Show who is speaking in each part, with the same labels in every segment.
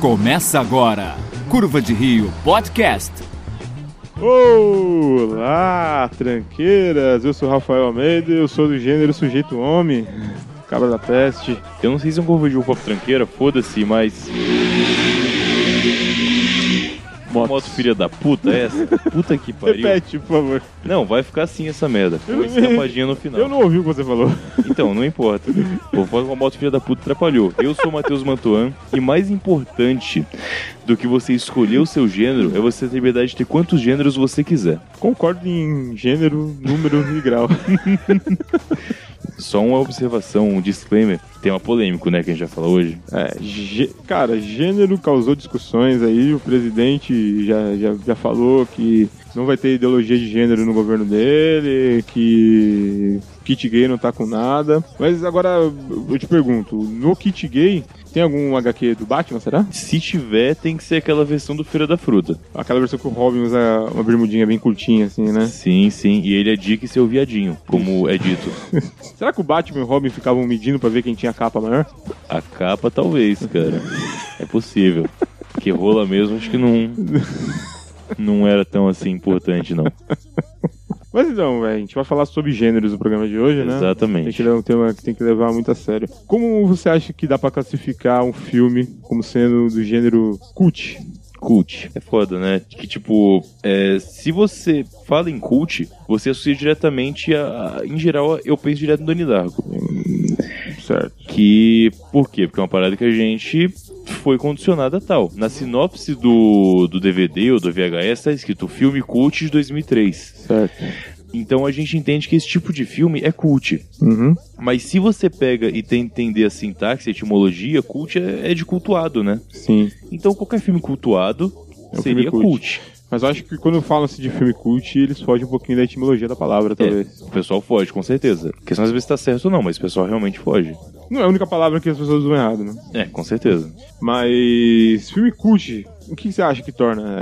Speaker 1: Começa agora, Curva de Rio Podcast.
Speaker 2: Olá, tranqueiras! Eu sou Rafael Almeida, eu sou do gênero sujeito homem, cabra da peste.
Speaker 3: Eu não sei se é um confundiu o Pop Tranqueira, foda-se, mas.
Speaker 2: Motos.
Speaker 3: Moto filha da puta é essa? Puta que pariu.
Speaker 2: Repete, por favor.
Speaker 3: Não, vai ficar assim essa merda.
Speaker 2: Eu
Speaker 3: Foi
Speaker 2: não vi.
Speaker 3: escapadinha no final.
Speaker 2: Eu não ouvi o que você falou.
Speaker 3: Então, não importa. O Foco com a Moto Filha da Puta atrapalhou. Eu sou o Matheus Mantuan e mais importante do que você escolher o seu gênero é você ter liberdade de ter quantos gêneros você quiser.
Speaker 2: Concordo em gênero, número e grau.
Speaker 3: Só uma observação, um disclaimer. Tema polêmico, né, que a gente já falou hoje.
Speaker 2: É, gê- cara, gênero causou discussões aí, o presidente já, já, já falou que não vai ter ideologia de gênero no governo dele, que kit gay não tá com nada. Mas agora eu te pergunto, no kit gay tem algum HQ do Batman, será?
Speaker 3: Se tiver, tem que ser aquela versão do Feira da Fruta.
Speaker 2: Aquela versão que o Robin usa uma bermudinha bem curtinha, assim, né?
Speaker 3: Sim, sim. E ele é dica e seu viadinho, como é dito.
Speaker 2: Será que o Batman e o Robin ficavam medindo pra ver quem tinha a capa maior?
Speaker 3: A capa talvez, cara. É possível. Que rola mesmo, acho que não. Não era tão assim importante, não.
Speaker 2: Mas então, velho, a gente vai falar sobre gêneros no programa de hoje, né? Tem que
Speaker 3: Exatamente.
Speaker 2: ler um tema que tem que levar muito a sério. Como você acha que dá pra classificar um filme como sendo do gênero cult?
Speaker 3: Cult. É foda, né? Que tipo, é, se você fala em cult, você associa diretamente a. a- Em geral, eu penso direto no Doni Darko.
Speaker 2: Certo.
Speaker 3: Que. Por quê? Porque é uma parada que a gente foi condicionada a tal. Na sinopse do, do DVD ou do VHS tá escrito filme cult de 2003.
Speaker 2: Certo.
Speaker 3: Então a gente entende que esse tipo de filme é cult.
Speaker 2: Uhum.
Speaker 3: Mas se você pega e tenta entender a sintaxe, a etimologia, cult é, é de cultuado, né?
Speaker 2: Sim.
Speaker 3: Então qualquer filme cultuado
Speaker 2: É um
Speaker 3: seria
Speaker 2: filme cult.
Speaker 3: cult.
Speaker 2: Mas eu acho que quando falam-se de filme cult, eles fogem um pouquinho da etimologia da palavra, talvez.
Speaker 3: É, O pessoal foge, com certeza. A questão às vezes tá certo ou não, mas o pessoal realmente foge.
Speaker 2: Não é a única palavra que as pessoas usam errado, né?
Speaker 3: É, com certeza.
Speaker 2: Mas filme cult, o que você acha que torna?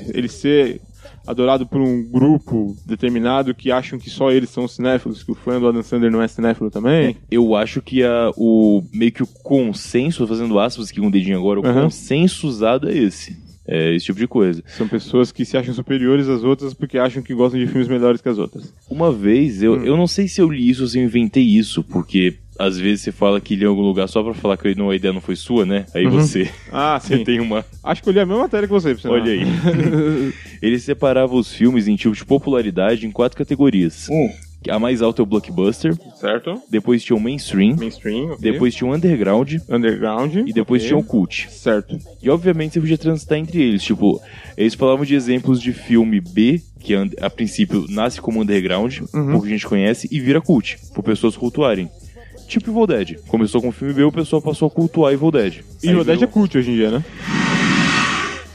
Speaker 2: É, ele ser adorado por um grupo determinado que acham que só eles são cinéfilos, que o fã do Adam Sandler não é cinéfilo também?
Speaker 3: Eu acho que a, o meio que o consenso, fazendo aspas aqui com o dedinho agora, o
Speaker 2: Aham.
Speaker 3: consenso usado é esse. É esse tipo de coisa.
Speaker 2: São pessoas que se acham superiores às outras porque acham que gostam de filmes melhores que as outras.
Speaker 3: Uma vez, eu,
Speaker 2: Hum.
Speaker 3: eu não sei se eu li isso ou se eu inventei isso, porque às vezes você fala que li em algum lugar só pra falar que não, a ideia não foi sua, né? Aí
Speaker 2: Uhum.
Speaker 3: você,
Speaker 2: Ah,
Speaker 3: você
Speaker 2: sim.
Speaker 3: tem uma
Speaker 2: Acho que eu li a mesma matéria que você, pra
Speaker 3: Olha aí. Ele separava os filmes em tipo de popularidade em quatro categorias.
Speaker 2: Um,
Speaker 3: A mais alta é o blockbuster,
Speaker 2: certo?
Speaker 3: depois tinha o mainstream,
Speaker 2: Mainstream, ok.
Speaker 3: depois tinha o underground
Speaker 2: Underground.
Speaker 3: e depois
Speaker 2: ok.
Speaker 3: tinha um o cult.
Speaker 2: Certo.
Speaker 3: E obviamente você podia transitar entre eles, tipo, eles falavam de exemplos de filme B, que and- a princípio nasce como underground,
Speaker 2: Uhum.
Speaker 3: pouco gente conhece, e vira cult, por pessoas cultuarem. Tipo Evil Dead. Começou com o filme B, o pessoal passou a cultuar Evil Dead.
Speaker 2: E
Speaker 3: Aí
Speaker 2: o Dead é
Speaker 3: virou-
Speaker 2: cult hoje em dia, né?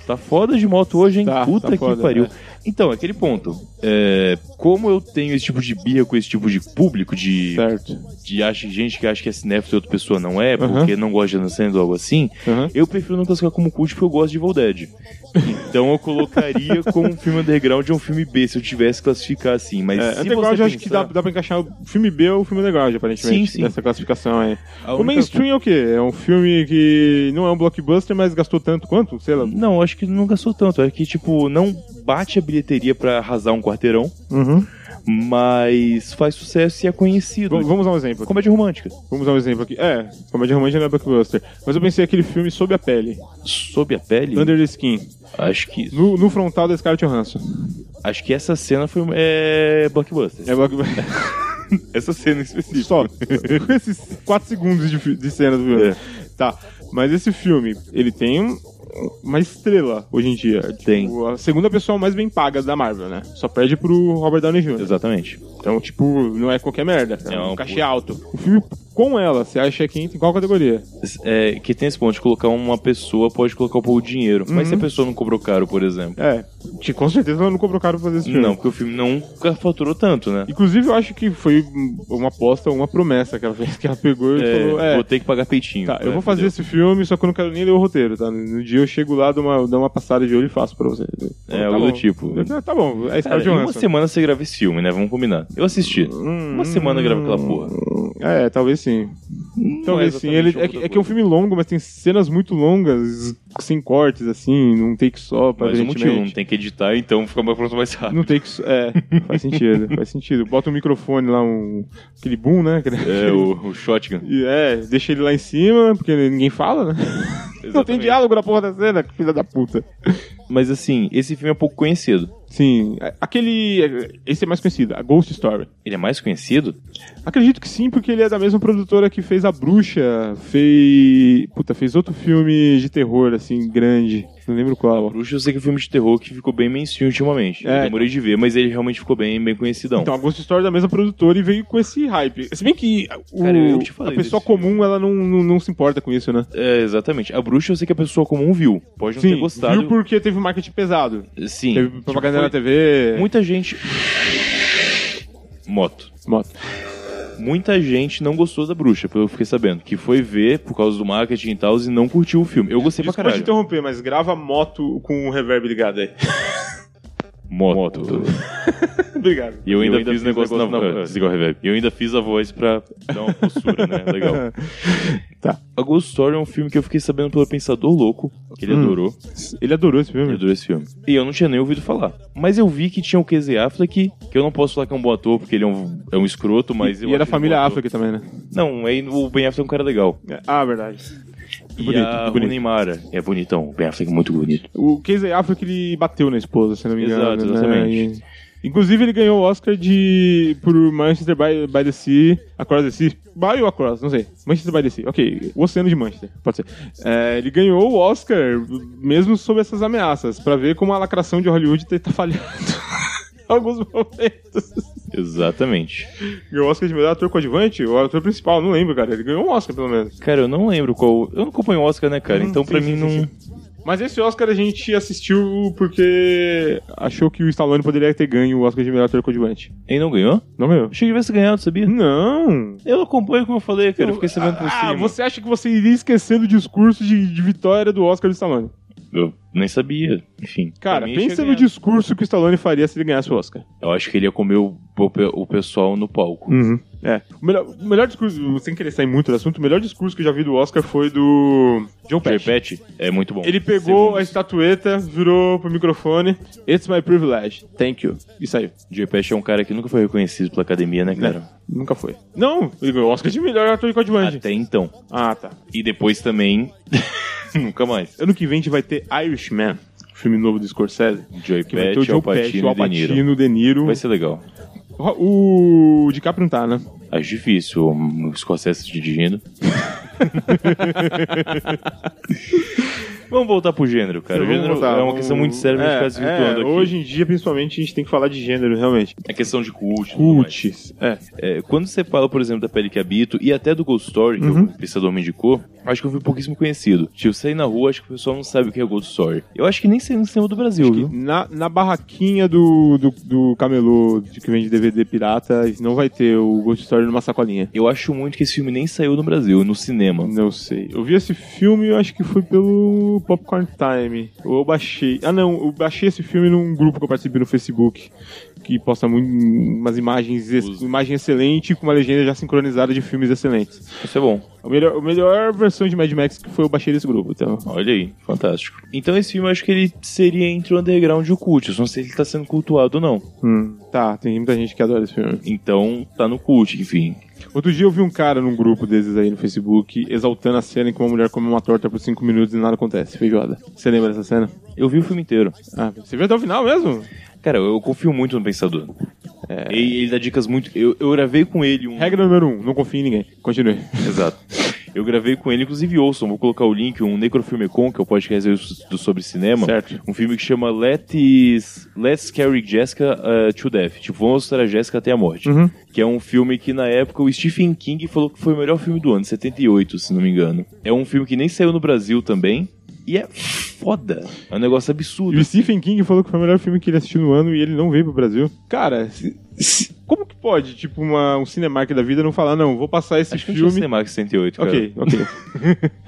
Speaker 3: Tá foda de moto hoje, hein?
Speaker 2: Tá,
Speaker 3: Puta
Speaker 2: tá
Speaker 3: que
Speaker 2: foda,
Speaker 3: pariu.
Speaker 2: é.
Speaker 3: Então, aquele ponto. É, como eu tenho esse tipo de birra com esse tipo de público, de,
Speaker 2: Certo.
Speaker 3: de acha, gente que acha que é cinéfilo e outra pessoa não é,
Speaker 2: Aham.
Speaker 3: porque não gosta de dançando ou algo assim,
Speaker 2: Aham.
Speaker 3: eu prefiro não classificar como cult porque eu gosto de Evil Dead. Então eu colocaria como um filme underground ou um filme B, se eu tivesse que classificar assim. Mas
Speaker 2: É,
Speaker 3: se
Speaker 2: underground
Speaker 3: você
Speaker 2: eu acho que dá,
Speaker 3: pensar,
Speaker 2: dá pra encaixar o filme B ou o filme underground, aparentemente,
Speaker 3: Sim, sim.
Speaker 2: nessa classificação aí.
Speaker 3: a
Speaker 2: O
Speaker 3: única-
Speaker 2: mainstream é o quê? É um filme que não é um blockbuster, mas gastou tanto quanto? Sei lá.
Speaker 3: Não, eu acho que não gastou tanto. É que, tipo, não bate a bilheteria pra arrasar um quarteirão,
Speaker 2: Uhum.
Speaker 3: mas faz sucesso e é conhecido.
Speaker 2: V- vamos dar um exemplo.
Speaker 3: Comédia romântica.
Speaker 2: Vamos dar um exemplo aqui. É, comédia romântica não é blockbuster. Mas eu pensei aquele filme Sob a Pele,
Speaker 3: Sob a pele?
Speaker 2: Under the Skin,
Speaker 3: Acho que
Speaker 2: no, no frontal da Scarlett Johansson.
Speaker 3: acho que essa cena foi é blockbuster.
Speaker 2: É blockbuster.
Speaker 3: Essa cena em específico.
Speaker 2: Só. Esses 4 segundos de, fi- de cena do filme. Tá, mas esse filme, ele tem um- uma estrela hoje em dia.
Speaker 3: Tem.
Speaker 2: Tipo, a segunda pessoa mais bem paga da Marvel, né? Só perde pro Robert Downey Jr.
Speaker 3: Exatamente.
Speaker 2: Então, tipo, não é qualquer merda. É
Speaker 3: Não,
Speaker 2: um cachê
Speaker 3: puta.
Speaker 2: alto. O filme com ela, você acha que entra em qual categoria?
Speaker 3: É, que tem esse ponto de colocar uma pessoa, pode colocar um pouco de dinheiro.
Speaker 2: Uhum.
Speaker 3: Mas se a pessoa não cobrou caro, por exemplo.
Speaker 2: É, te- com certeza ela não cobrou caro pra fazer esse filme.
Speaker 3: Não, porque o filme nunca faturou tanto, né?
Speaker 2: Inclusive, eu acho que foi hum, uma aposta, uma promessa que ela fez, que ela pegou e falou,
Speaker 3: É,
Speaker 2: é,
Speaker 3: Vou ter que pagar peitinho.
Speaker 2: tá, eu
Speaker 3: É,
Speaker 2: vou fazer esse filme, só que eu não quero nem ler o roteiro, tá? No dia eu chego lá, dou uma, dou uma passada de olho e faço pra você.
Speaker 3: É,
Speaker 2: Tá
Speaker 3: algo do
Speaker 2: bom.
Speaker 3: tipo.
Speaker 2: Tá bom, é
Speaker 3: Cara,
Speaker 2: Scarlett
Speaker 3: em uma
Speaker 2: Johansson.
Speaker 3: semana você grava esse filme, né? Vamos combinar. Eu assisti. Uma semana gravando aquela porra.
Speaker 2: Hum, É, talvez sim.
Speaker 3: Não
Speaker 2: Talvez
Speaker 3: é
Speaker 2: sim. Ele, é,
Speaker 3: exatamente
Speaker 2: que-
Speaker 3: outra
Speaker 2: é que é um
Speaker 3: coisa.
Speaker 2: filme longo, mas tem cenas muito longas, sem cortes, assim, num take só,
Speaker 3: Mas um o motivo, não
Speaker 2: aparentemente.
Speaker 3: tem que editar, então fica mais pronto mais rápido.
Speaker 2: Num take só. É, faz sentido, faz sentido. Bota um microfone lá, um. aquele boom, né? Aquele-
Speaker 3: É, o, o Shotgun.
Speaker 2: E é, deixa ele lá em cima, porque ninguém fala, né? Não tem
Speaker 3: Exatamente.
Speaker 2: diálogo na porra da cena, filha da puta.
Speaker 3: Mas assim, esse filme é pouco conhecido.
Speaker 2: Sim, a- aquele. Esse é mais conhecido, a Ghost Story.
Speaker 3: Ele é mais conhecido?
Speaker 2: Acredito que sim, porque ele é da mesma produtora que fez A Bruxa, fez. Puta, fez outro filme de terror, assim, grande. Não lembro qual.
Speaker 3: Bruxa, eu sei que é um filme de terror que ficou bem mainstream ultimamente.
Speaker 2: É.
Speaker 3: Eu demorei de ver, mas ele realmente ficou bem, bem conhecidão.
Speaker 2: Então, a Ghost Story é da mesma produtora e veio com esse hype. Se bem que o-
Speaker 3: Cara, eu te falei
Speaker 2: a pessoa
Speaker 3: desse
Speaker 2: comum, ela não, não, não se importa com isso, né?
Speaker 3: É, exatamente. A bruxa eu sei que a pessoa comum viu. Pode não ter gostado.
Speaker 2: viu porque teve um marketing pesado.
Speaker 3: Sim.
Speaker 2: Teve propaganda na
Speaker 3: Tipo,
Speaker 2: TV.
Speaker 3: foi- Muita gente. Moto.
Speaker 2: Moto.
Speaker 3: Muita gente não gostou da bruxa, pelo que eu fiquei sabendo. Que foi ver por causa do marketing e tal e não curtiu o filme. Eu gostei pra
Speaker 2: Desculpa te
Speaker 3: caralho.
Speaker 2: interromper, mas grava moto com o reverb ligado aí.
Speaker 3: Moto.
Speaker 2: Obrigado.
Speaker 3: E eu ainda, fiz o negócio, na, na... Desliga o reverb. E eu ainda fiz a voz pra dar uma postura, né? Legal.
Speaker 2: Tá.
Speaker 3: A Ghost Story é um filme que eu fiquei sabendo pelo Pensador Louco, que ele
Speaker 2: Hum.
Speaker 3: adorou.
Speaker 2: Ele adorou esse
Speaker 3: Ele
Speaker 2: filme.
Speaker 3: adorou esse filme. E eu não tinha nem ouvido falar. Mas eu vi que tinha o Casey Affleck, que eu não posso falar que é um bom ator, porque ele é um, é um escroto, mas eu
Speaker 2: e é da
Speaker 3: acho ele um
Speaker 2: família
Speaker 3: bom ator.
Speaker 2: Affleck também, né?
Speaker 3: Não, aí o Ben Affleck é um cara legal.
Speaker 2: Ah, verdade.
Speaker 3: Bonito,
Speaker 2: É
Speaker 3: e
Speaker 2: Bonito,
Speaker 3: a
Speaker 2: bonito.
Speaker 3: Rooney Mara. É bonitão. O Ben Affleck é muito bonito.
Speaker 2: O Casey Affleck, ele bateu na esposa, se não me engano.
Speaker 3: Exato,
Speaker 2: né?
Speaker 3: exatamente.
Speaker 2: E- Inclusive, ele ganhou o Oscar de... por Manchester by, by the Sea, Across the Sea, by ou Across, não sei. Manchester by the Sea, ok. O Oceano de Manchester, pode ser. É, ele ganhou o Oscar mesmo sob essas ameaças, pra ver como a lacração de Hollywood tá, tá falhando em alguns momentos.
Speaker 3: Exatamente.
Speaker 2: Ganhou o Oscar de melhor ator coadjuvante, o ator principal, não lembro, cara. Ele ganhou um Oscar, pelo menos.
Speaker 3: Cara, eu não lembro qual. Eu não acompanho o Oscar, né, cara?
Speaker 2: Hum,
Speaker 3: Então pra
Speaker 2: sim,
Speaker 3: mim
Speaker 2: sim,
Speaker 3: não.
Speaker 2: sim, Mas esse Oscar a gente assistiu porque achou que o Stallone poderia ter ganho o Oscar de melhor ator coadjuvante.
Speaker 3: Ele não ganhou?
Speaker 2: Não ganhou.
Speaker 3: Achei que tivesse ganhado, sabia?
Speaker 2: Não!
Speaker 3: Eu acompanho como eu falei, cara. Eu fiquei sabendo por
Speaker 2: ah,
Speaker 3: cima.
Speaker 2: você acha que você iria esquecer do discurso de, de vitória do Oscar do Stallone?
Speaker 3: Eu nem sabia. Enfim.
Speaker 2: Cara,
Speaker 3: pra mim
Speaker 2: pensa
Speaker 3: tinha
Speaker 2: no
Speaker 3: ganhado.
Speaker 2: discurso que o Stallone faria se ele ganhasse o Oscar.
Speaker 3: Eu acho que ele ia comer o, o pe- o pessoal no palco.
Speaker 2: Uhum. É. O melhor, o melhor discurso, sem querer sair muito do assunto, o melhor discurso que eu já vi do Oscar foi do Joe
Speaker 3: Jay
Speaker 2: Pesci.
Speaker 3: Patch é muito bom.
Speaker 2: Ele pegou
Speaker 3: Segundo.
Speaker 2: a estatueta, virou pro microfone, It's my privilege, thank you, e saiu.
Speaker 3: Jay Patch é um cara que nunca foi reconhecido pela academia, né, cara?
Speaker 2: Nunca foi. Não, ele ganhou o Oscar é de melhor ator de coadjuvante.
Speaker 3: Até então.
Speaker 2: Ah, tá.
Speaker 3: E depois também. nunca mais.
Speaker 2: Ano que vem a gente vai ter Irishman, filme novo do Scorsese.
Speaker 3: Joey
Speaker 2: Que vai ter o
Speaker 3: Patch,
Speaker 2: Joe
Speaker 3: Al
Speaker 2: Pesci, o
Speaker 3: Pacino e De Niro.
Speaker 2: Alpatino, o De Niro.
Speaker 3: Vai ser legal.
Speaker 2: O DiCaprio não tá, né?
Speaker 3: Acho difícil um Scorsese dirigindo. vamos voltar pro gênero, cara. O
Speaker 2: Vamos
Speaker 3: gênero
Speaker 2: voltar,
Speaker 3: é uma
Speaker 2: vamos-
Speaker 3: questão muito séria pra gente ficar
Speaker 2: é,
Speaker 3: se virtuando
Speaker 2: é,
Speaker 3: aqui.
Speaker 2: Hoje em dia, principalmente, a gente tem que falar de gênero, realmente.
Speaker 3: É questão de culto. e tudo mais.
Speaker 2: Cults. É.
Speaker 3: É, quando você fala, por exemplo, da pele que habito e até do Ghost Story, que é o pensador me indicou, acho que eu fui pouquíssimo conhecido. Tipo, sair na rua, acho que o pessoal não sabe o que é Ghost Story. Eu acho que nem sei no cinema do Brasil, viu?
Speaker 2: Na, na barraquinha do, do, do camelô de que vende DVD pirata, não vai ter o Ghost Story numa sacolinha.
Speaker 3: Eu acho muito que esse filme nem saiu no Brasil, no cinema.
Speaker 2: Não sei. Eu vi esse filme, eu acho que foi pelo Popcorn Time. Ou eu baixei. Ah, não, eu baixei esse filme num grupo que eu participei no Facebook. Que posta muito, umas imagens, ex-
Speaker 3: Os-
Speaker 2: imagem excelente com uma legenda já sincronizada de filmes excelentes.
Speaker 3: Isso é bom.
Speaker 2: A melhor, a melhor versão de Mad Max que foi eu baixei desse grupo. Então.
Speaker 3: Olha aí, fantástico. Então esse filme eu acho que ele seria entre o underground e o cult. Eu só não sei se ele tá sendo cultuado ou não.
Speaker 2: Hum, tá, tem muita gente que adora esse filme.
Speaker 3: Então tá no cult, enfim.
Speaker 2: Outro dia eu vi um cara num grupo desses aí no Facebook exaltando a cena em que uma mulher come uma torta por 5 minutos e nada acontece. Feijoada. Você lembra dessa cena?
Speaker 3: Eu vi o filme inteiro.
Speaker 2: Ah, você viu até o final mesmo?
Speaker 3: Cara, eu confio muito no Pensador. É, Ele, ele dá dicas muito. Eu, eu gravei com ele um.
Speaker 2: Regra número 1, um, não confie em ninguém. Continue.
Speaker 3: Exato. Eu gravei com ele, inclusive ouçam, vou colocar o link, um Necrofilmecon, que é o podcast do- sobre cinema.
Speaker 2: Certo.
Speaker 3: Um filme que chama Let's, Let's Carry Jessica uh, to Death. Tipo, vamos mostrar a Jessica até a morte.
Speaker 2: Uhum.
Speaker 3: Que é um filme que na época o Stephen King falou que foi o melhor filme do ano, 78, se não me engano. É um filme que nem saiu no Brasil também. E é foda. É um negócio
Speaker 2: E
Speaker 3: absurdo.
Speaker 2: o Stephen King falou que foi o melhor filme que ele assistiu no ano e ele não veio pro Brasil. Cara, se- se- como que pode, tipo, uma, um Cinemark da vida não falar, não, vou passar esse
Speaker 3: Acho que não tinha
Speaker 2: filme.
Speaker 3: Cinemax 108, cara.
Speaker 2: Ok, ok.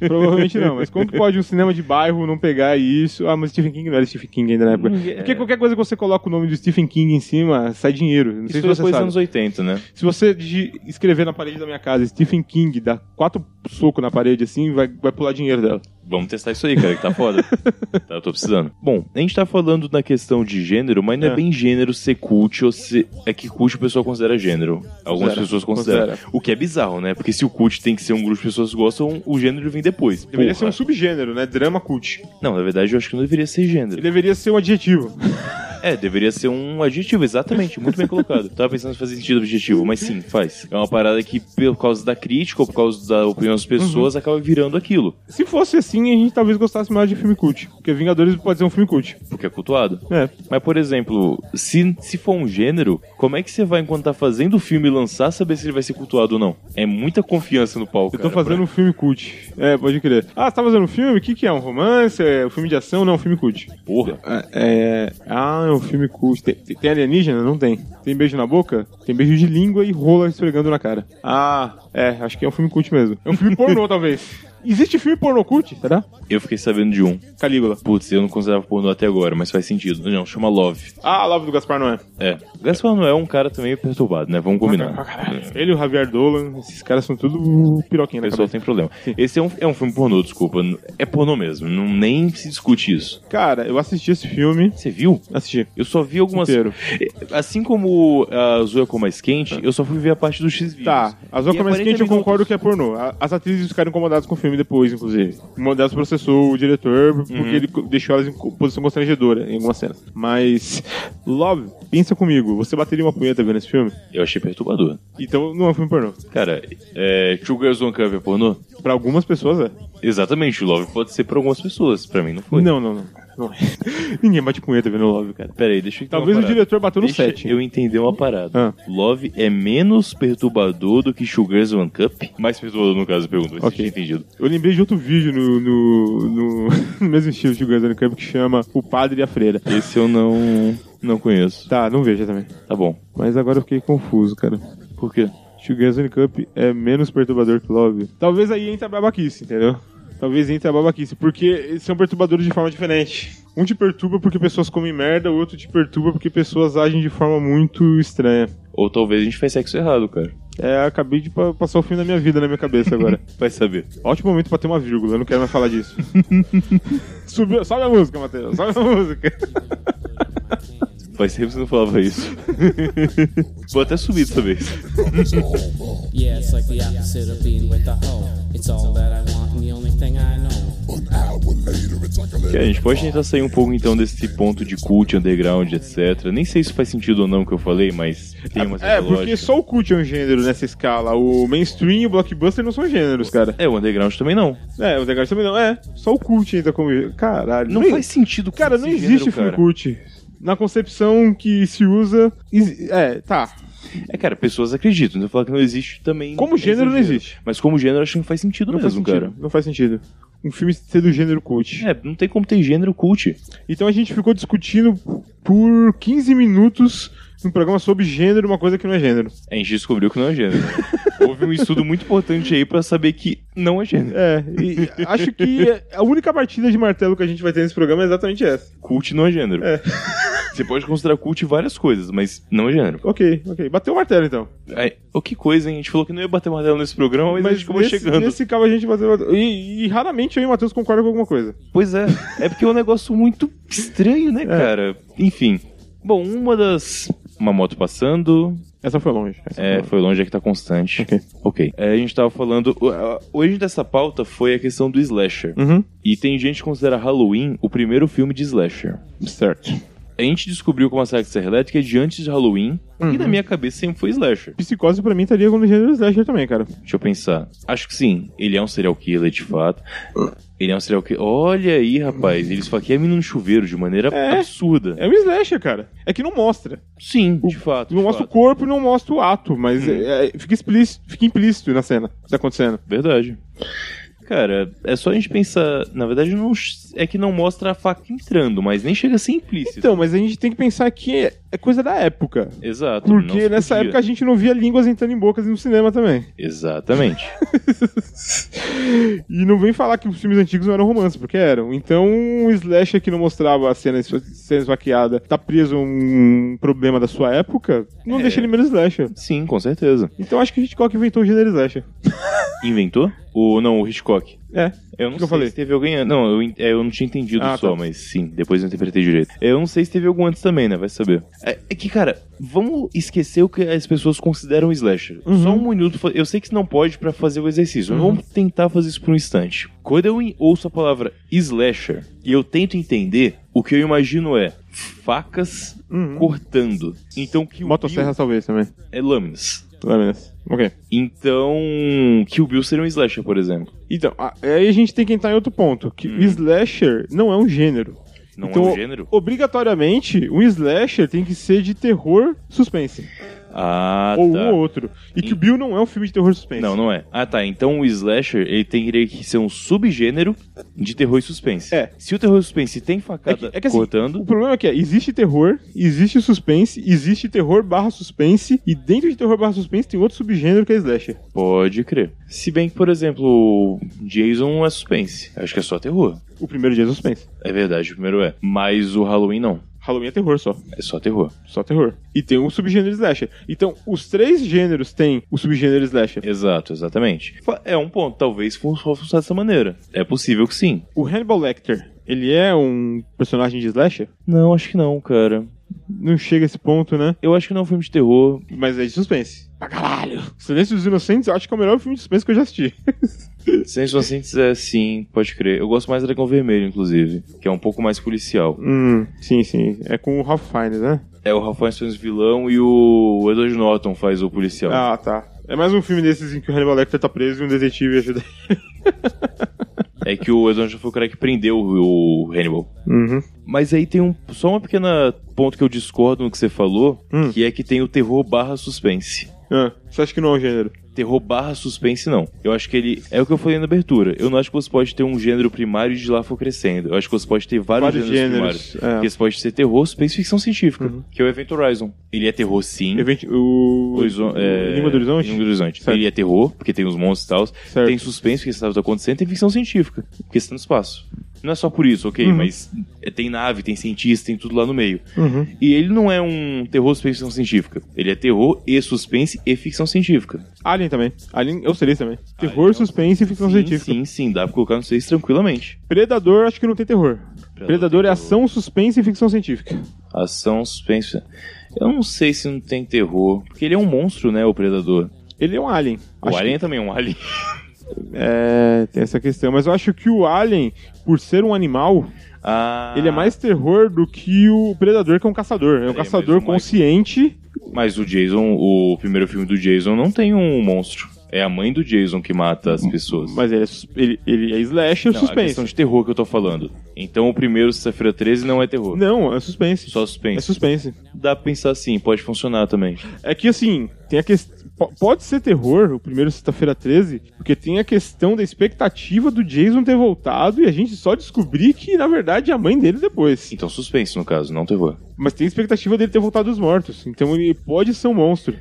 Speaker 2: Provavelmente não, mas como que pode um cinema de bairro não pegar isso? Ah, mas Stephen King não era Stephen King ainda na época.
Speaker 3: Hum, é.
Speaker 2: Porque qualquer coisa que você coloca o nome do Stephen King em cima, sai dinheiro. Não
Speaker 3: Isso
Speaker 2: sei
Speaker 3: foi
Speaker 2: se você
Speaker 3: depois dos
Speaker 2: sabe.
Speaker 3: anos 80, né?
Speaker 2: Se você digi- escrever na parede da minha casa Stephen King, dá quatro socos na parede assim, vai, vai pular dinheiro dela.
Speaker 3: Vamos testar isso aí, cara, que tá foda. tá, eu tô precisando. Bom, a gente tá falando da questão de gênero, mas não é,
Speaker 2: É.
Speaker 3: bem gênero ser cult ou ser. É que cult o pessoal considera gênero. Algumas
Speaker 2: Considera,
Speaker 3: pessoas consideram. O que é bizarro, né? Porque se o cult tem que ser um grupo de pessoas que gostam, o gênero vem depois.
Speaker 2: Deveria
Speaker 3: Porra.
Speaker 2: ser um subgênero, né? Drama cult.
Speaker 3: Não, na verdade eu acho que não deveria ser
Speaker 2: Ele
Speaker 3: gênero.
Speaker 2: deveria ser um adjetivo.
Speaker 3: É, deveria ser um adjetivo, exatamente, muito bem colocado. Tava pensando se fazia sentido objetivo, mas sim, faz. É uma parada que, por causa da crítica ou por causa da opinião
Speaker 2: Uhum.
Speaker 3: das pessoas, acaba virando aquilo,
Speaker 2: Se fosse assim, a gente talvez gostasse mais de filme cult. Porque Vingadores pode ser um filme cult.
Speaker 3: porque é cultuado.
Speaker 2: É.
Speaker 3: Mas, por exemplo, se, se for um gênero, como é que você vai, enquanto tá fazendo o filme, lançar, saber se ele vai ser cultuado ou não? É muita confiança no palco.
Speaker 2: Eu tô
Speaker 3: cara,
Speaker 2: fazendo um filme cult. É, pode crer. Ah, você tá fazendo um filme? O que, que é? Um romance? É um filme de ação? Não, um filme cult.
Speaker 3: pra- Porra.
Speaker 2: É. Ah, é um filme cult. Tem, tem alienígena? Não tem. Tem beijo na boca? Tem beijo de língua e rola esfregando na cara. Ah, é, acho que é um filme cult mesmo. É um filme pornô, talvez. Existe filme pornô cult? Será?
Speaker 3: Eu fiquei sabendo de um.
Speaker 2: Calígula.
Speaker 3: Putz, eu não considerava pornô até agora, mas faz sentido. Não, chama Love.
Speaker 2: Ah, a Love do Gaspar Noé.
Speaker 3: É. Gaspar Noé é um cara também perturbado, né? Vamos combinar.
Speaker 2: Ele e o Javier Dolan, esses caras são tudo piroquinha
Speaker 3: O
Speaker 2: na
Speaker 3: pessoal
Speaker 2: cabeça.
Speaker 3: tem problema. Esse é um, é um filme pornô, desculpa. É pornô mesmo. Não, nem se discute isso.
Speaker 2: Cara, eu assisti esse filme.
Speaker 3: Você viu?
Speaker 2: Assisti.
Speaker 3: Eu só vi algumas.
Speaker 2: Inteiro. Ah.
Speaker 3: Assim como a Azul é com mais quente, eu só fui ver a parte do X-Videos.
Speaker 2: Tá, as Oca
Speaker 3: E é
Speaker 2: Mais
Speaker 3: 40
Speaker 2: Quente eu
Speaker 3: minutos.
Speaker 2: concordo que é pornô. A- As atrizes ficaram incomodadas com o filme depois, inclusive. Uma delas processou o diretor porque
Speaker 3: Uhum.
Speaker 2: ele co- deixou elas em co- posição constrangedora em algumas cenas. Mas, Love, pensa comigo, você bateria uma punheta vendo esse filme?
Speaker 3: Eu achei perturbador.
Speaker 2: Então não é um filme pornô.
Speaker 3: Cara, é, Two Girls One Cup é pornô?
Speaker 2: Pra algumas pessoas é.
Speaker 3: Exatamente, o Love pode ser pra algumas pessoas, pra mim não foi.
Speaker 2: Não, não, não. não é. Ninguém bate punheta vendo Love, cara.
Speaker 3: Pera aí, deixa eu entender
Speaker 2: Talvez
Speaker 3: uma
Speaker 2: o
Speaker 3: parada.
Speaker 2: diretor bateu no
Speaker 3: Deixa
Speaker 2: set.
Speaker 3: eu entender uma parada.
Speaker 2: Ah.
Speaker 3: Love é menos perturbador do que Sugar's One Cup? Mais perturbador, no caso, eu pergunto. Mas
Speaker 2: Ok.
Speaker 3: okay. entendido.
Speaker 2: Eu lembrei de outro vídeo no, no, no, no mesmo estilo de Guns N' Camp que chama O Padre e a Freira.
Speaker 3: Esse eu não, não conheço.
Speaker 2: Tá, não veja também.
Speaker 3: Tá bom.
Speaker 2: Mas agora eu fiquei confuso, cara.
Speaker 3: Por quê?
Speaker 2: Shoegaze and Cup é menos perturbador que Love. Talvez aí entre a babaquice, entendeu? Talvez entre a babaquice, porque eles são perturbadores de forma diferente. Um te perturba porque pessoas comem merda, o outro te perturba porque pessoas agem de forma muito estranha.
Speaker 3: Ou talvez a gente fez sexo errado, cara.
Speaker 2: É, acabei de pa- passar o fim da minha vida na minha cabeça agora.
Speaker 3: Vai saber.
Speaker 2: Ótimo momento pra ter uma vírgula, eu não quero mais falar disso. Subiu, sobe a música, Matheus, sobe a música.
Speaker 3: Faz tempo que você não falava isso. Vou até subir dessa vez.
Speaker 4: Yeah, it's like the opposite of being with a hoe. It's all that I want and the only thing I know.
Speaker 3: Que a gente pode tentar sair um pouco então desse ponto de cult, underground, etc. Nem sei se faz sentido ou não o que eu falei, mas tem uma certa
Speaker 2: É, porque
Speaker 3: lógica.
Speaker 2: só o cult é um gênero nessa escala. O mainstream e o blockbuster não são gêneros, cara.
Speaker 3: É, o underground também não.
Speaker 2: É, o Degas também não. É, só o cult ainda como. Caralho.
Speaker 3: Não
Speaker 2: Nem-
Speaker 3: faz sentido.
Speaker 2: Cara,
Speaker 3: esse
Speaker 2: não existe
Speaker 3: gênero,
Speaker 2: filme
Speaker 3: cara.
Speaker 2: cult. Na concepção que se usa. exi- É, tá.
Speaker 3: É, cara, pessoas acreditam. Então falar que não existe também.
Speaker 2: Como
Speaker 3: é
Speaker 2: gênero, não
Speaker 3: exagero.
Speaker 2: existe.
Speaker 3: Mas como gênero, acho que não faz sentido
Speaker 2: Não faz
Speaker 3: mesmo,
Speaker 2: sentido.
Speaker 3: cara.
Speaker 2: Não faz sentido. Um filme ser do gênero cult.
Speaker 3: É, não tem como ter gênero cult.
Speaker 2: Então a gente ficou discutindo por 15 minutos num programa sobre gênero, uma coisa que não é gênero.
Speaker 3: A gente descobriu que não é gênero. Houve um estudo muito importante aí pra saber que não é gênero.
Speaker 2: É, e e acho que a única partida de martelo que a gente vai ter nesse programa é exatamente essa.
Speaker 3: Cult não é gênero. Você pode considerar cult várias coisas, mas não é gênero.
Speaker 2: Ok, ok. Bateu o martelo então.
Speaker 3: Ai, oh, que coisa, hein? A gente falou que não ia bater martelo nesse programa, mas, a gente acabou
Speaker 2: nesse,
Speaker 3: chegando.
Speaker 2: nesse cabo a gente bateu o martelo. E, e raramente eu e o Matheus concordam com alguma coisa.
Speaker 3: Pois é. É porque é um negócio muito estranho, né, cara? Enfim. Bom, uma das. Uma moto passando.
Speaker 2: Essa foi longe. Essa
Speaker 3: É, foi longe, é que tá constante. Ok. É, a gente tava falando. o- a- O origem dessa pauta foi a questão do slasher.
Speaker 2: Uhum.
Speaker 3: E tem gente que considera Halloween o primeiro filme de slasher.
Speaker 2: Certo.
Speaker 3: A gente descobriu com a Massacre de Serra Elétrica é de antes de Halloween. E na minha cabeça sempre foi slasher.
Speaker 2: Psicose pra mim estaria no gênero slasher também, cara.
Speaker 3: Deixa eu pensar. Acho que sim. Ele é um serial killer, de fato. Ele é um serial killer. Olha aí, rapaz. Ele esfaqueia a menina no chuveiro de maneira
Speaker 2: É.
Speaker 3: absurda.
Speaker 2: É um slasher, cara. É que não mostra.
Speaker 3: Sim, de fato.
Speaker 2: Não
Speaker 3: de
Speaker 2: mostra o
Speaker 3: fato. Uhum.
Speaker 2: corpo e não mostra o ato, mas é- é- fica, explícito, fica implícito na cena que tá acontecendo.
Speaker 3: Verdade. Cara, é só a gente pensar. Na verdade, não é que não mostra a faca entrando, mas nem chega a ser implícito.
Speaker 2: Então, mas a gente tem que pensar que é- é coisa da época.
Speaker 3: Exato. não
Speaker 2: Porque
Speaker 3: se
Speaker 2: nessa
Speaker 3: podia.
Speaker 2: época a gente não via línguas entrando em bocas no cinema também.
Speaker 3: Exatamente.
Speaker 2: E não vem falar que os filmes antigos não eram romance, porque eram. Então, um slasher que não mostrava a cena, cena esfaqueada, tá preso a um problema da sua época, não
Speaker 3: É.
Speaker 2: deixa ele menos slasher.
Speaker 3: Sim, com certeza.
Speaker 2: Então, acho que Hitchcock inventou o gênero slasher.
Speaker 3: Inventou? Ou não, o Hitchcock?
Speaker 2: É.
Speaker 3: Eu não
Speaker 2: Que que
Speaker 3: sei
Speaker 2: eu falei?
Speaker 3: se teve alguém. an- Não, eu, en- é, eu não tinha entendido
Speaker 2: Ah,
Speaker 3: só,
Speaker 2: tá.
Speaker 3: mas sim, depois eu interpretei direito. Eu não sei se teve algum antes também, né? Vai saber. É, é que, cara, vamos esquecer o que as pessoas consideram slasher.
Speaker 2: Uhum.
Speaker 3: Só um minuto. fa- Eu sei que não pode pra fazer o exercício, mas vamos tentar fazer isso por um instante. Quando eu en- ouço a palavra slasher e eu tento entender, o que eu imagino é facas
Speaker 2: Uhum.
Speaker 3: cortando. Então, que
Speaker 2: Motosserra, talvez, também.
Speaker 3: é lâminas.
Speaker 2: Lâminas. Ok.
Speaker 3: Então, Kill Bill seria um slasher, por exemplo.
Speaker 2: Então, a- aí a gente tem que entrar em outro ponto, que o slasher não é um gênero.
Speaker 3: Hum. Não
Speaker 2: então,
Speaker 3: é um gênero?
Speaker 2: Obrigatoriamente, um slasher tem que ser de terror suspense.
Speaker 3: Ah,
Speaker 2: ou
Speaker 3: tá.
Speaker 2: um ou outro. E que o Bill não é um filme de terror suspense.
Speaker 3: Não, não é. Ah, tá. Então o slasher, ele teria que ser um subgênero de terror e suspense.
Speaker 2: É.
Speaker 3: Se o terror e suspense tem facada
Speaker 2: É que assim,
Speaker 3: cortando...
Speaker 2: O problema é que é, existe terror, existe suspense, existe terror barra suspense, e dentro de terror barra suspense tem outro subgênero que é slasher.
Speaker 3: Pode crer. Se bem que, por exemplo, Jason é suspense. Acho que é só terror.
Speaker 2: O primeiro dia é suspense.
Speaker 3: É verdade, o primeiro é. Mas o Halloween não.
Speaker 2: Halloween é terror só.
Speaker 3: É só terror.
Speaker 2: Só terror. E tem um subgênero slasher. Então, os três gêneros têm o subgênero slasher.
Speaker 3: Exato, exatamente. Fa- É um ponto. Talvez fun- fun- funcionasse dessa maneira. É possível que sim.
Speaker 2: O Hannibal Lecter, ele é um personagem de slasher?
Speaker 3: Não, acho que não, cara.
Speaker 2: Não chega a esse ponto, né?
Speaker 3: Eu acho que não é um filme de terror.
Speaker 2: Mas é de suspense. Pra caralho. Silêncio dos Inocentes, eu acho que é o melhor filme de suspense que eu já assisti.
Speaker 3: Sem Inocentes é sim, pode crer. Eu gosto mais do Dragão Vermelho, inclusive. Que é um pouco mais policial.
Speaker 2: Hum, sim, sim. É com o Ralph Fiennes, né?
Speaker 3: É o Rafael Stones vilão e o Edward Norton faz o policial.
Speaker 2: Ah, tá. É mais um filme desses em que o Hannibal Lecter tá preso e um detetive ajuda.
Speaker 3: É que o Edward Norton foi o cara que prendeu o o Hannibal.
Speaker 2: Uhum.
Speaker 3: Mas aí tem um, só uma pequena ponto que eu discordo no que você falou,
Speaker 2: Hum.
Speaker 3: que é que tem o terror barra suspense.
Speaker 2: Ah, você acha que não é um gênero?
Speaker 3: Terror barra suspense, não. Eu acho que ele. É o que eu falei na abertura. Eu não acho que você pode ter um gênero primário e de lá for crescendo. Eu acho que você pode ter vários,
Speaker 2: Vários
Speaker 3: gêneros,
Speaker 2: gêneros,
Speaker 3: primários.
Speaker 2: é. Uhum.
Speaker 3: Porque você pode ser terror, suspense e ficção científica. Que é o Event Horizon. Ele é terror sim.
Speaker 2: Event- o...
Speaker 3: Horizon- é,
Speaker 2: Língua do Horizonte?
Speaker 3: Língua do Horizonte.
Speaker 2: Certo.
Speaker 3: Ele é terror, porque tem os monstros e tal.
Speaker 2: Certo.
Speaker 3: Tem suspense, porque sabe o que tá acontecendo. Tem ficção científica, porque está no espaço. Não é só por isso, ok, mas é, tem nave, tem cientista, tem tudo lá no meio.
Speaker 2: Uhum.
Speaker 3: E ele não é um terror suspense ficção científica. Ele é terror e suspense e ficção científica.
Speaker 2: Alien também. Alien, eu seria também. Terror, suspense e ficção
Speaker 3: Ah, então sim,
Speaker 2: científica.
Speaker 3: sim, sim, dá pra colocar nos seis tranquilamente.
Speaker 2: Predador, acho que não tem terror. Predador, é
Speaker 3: tem
Speaker 2: ação, suspense e ficção científica.
Speaker 3: Ação, suspense. Eu não sei se não tem terror, porque ele é um monstro, né, o predador.
Speaker 2: Ele é um alien.
Speaker 3: o
Speaker 2: Acho
Speaker 3: alien é também é um alien.
Speaker 2: que- é, tem essa questão. Mas eu acho que o alien, por ser um animal,
Speaker 3: Ah,
Speaker 2: ele é mais terror do que o predador, que é um caçador. É um
Speaker 3: Ele é
Speaker 2: caçador
Speaker 3: mais um
Speaker 2: consciente.
Speaker 3: Mas o Jason, o primeiro filme do Jason não tem um monstro. É a mãe do Jason que mata as pessoas.
Speaker 2: Mas ele é, sus- ele, ele é slasher
Speaker 3: não, a
Speaker 2: suspense.
Speaker 3: questão de terror que eu tô falando. Então o primeiro Sexta-feira 13 não é terror.
Speaker 2: Não, é suspense.
Speaker 3: Só
Speaker 2: É
Speaker 3: suspense.
Speaker 2: suspense.
Speaker 3: Dá pra pensar assim, pode funcionar também.
Speaker 2: É que assim, tem a questão. Pode ser terror, o primeiro sexta-feira 13, porque tem a questão da expectativa do Jason ter voltado e a gente só descobrir que, na verdade, é a mãe dele depois.
Speaker 3: Então suspense no caso, não terror.
Speaker 2: Mas tem a expectativa dele ter voltado dos mortos. Então ele pode ser um monstro.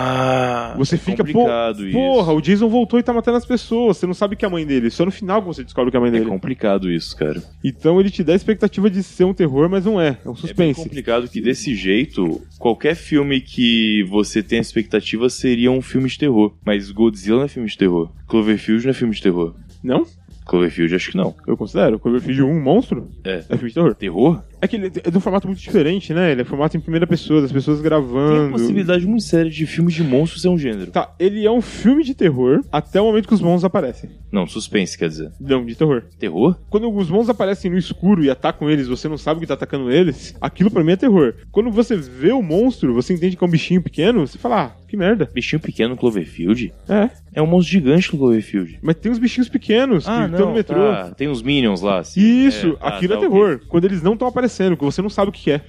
Speaker 3: Ah,
Speaker 2: Você
Speaker 3: é
Speaker 2: fica, pô,
Speaker 3: complicado isso.
Speaker 2: porra, o Jason voltou e tá matando as pessoas. Você não sabe que é a mãe dele. Só no final que você descobre que é a mãe
Speaker 3: É
Speaker 2: dele.
Speaker 3: complicado isso, cara.
Speaker 2: Então ele te dá a expectativa de ser um terror, mas não é. É um
Speaker 3: É bem
Speaker 2: suspense.
Speaker 3: complicado que desse jeito, qualquer filme que você tenha expectativa seria um filme de terror. Mas Godzilla não é filme de terror. Cloverfield não é filme de terror.
Speaker 2: não?
Speaker 3: Cloverfield acho que não.
Speaker 2: Eu considero. O Cloverfield 1 um monstro
Speaker 3: É.
Speaker 2: é filme de terror.
Speaker 3: Terror?
Speaker 2: É que ele é de um formato muito diferente, né? Ele é formato em primeira pessoa, das pessoas
Speaker 3: Tem a
Speaker 2: gravando.
Speaker 3: possibilidade muito séria de filmes de monstros ser um gênero.
Speaker 2: Tá, ele é um filme de terror até o momento que os monstros aparecem.
Speaker 3: Não, suspense, quer dizer.
Speaker 2: Não, de terror.
Speaker 3: Terror?
Speaker 2: Quando os monstros aparecem no escuro e atacam eles, você não sabe o que tá atacando eles, aquilo pra mim é terror. Quando você vê o monstro, você entende que é um bichinho pequeno, você fala, ah, que merda.
Speaker 3: Bichinho pequeno no Cloverfield?
Speaker 2: É,
Speaker 3: É um monstro gigante no Cloverfield.
Speaker 2: mas tem uns bichinhos pequenos que estão no metrô.
Speaker 3: tá. Ah, Tem uns Minions lá. assim.
Speaker 2: Isso,
Speaker 3: É, tá,
Speaker 2: aquilo é
Speaker 3: tá,
Speaker 2: terror. Quando eles não estão aparecendo, que você não sabe o que é.
Speaker 3: ok.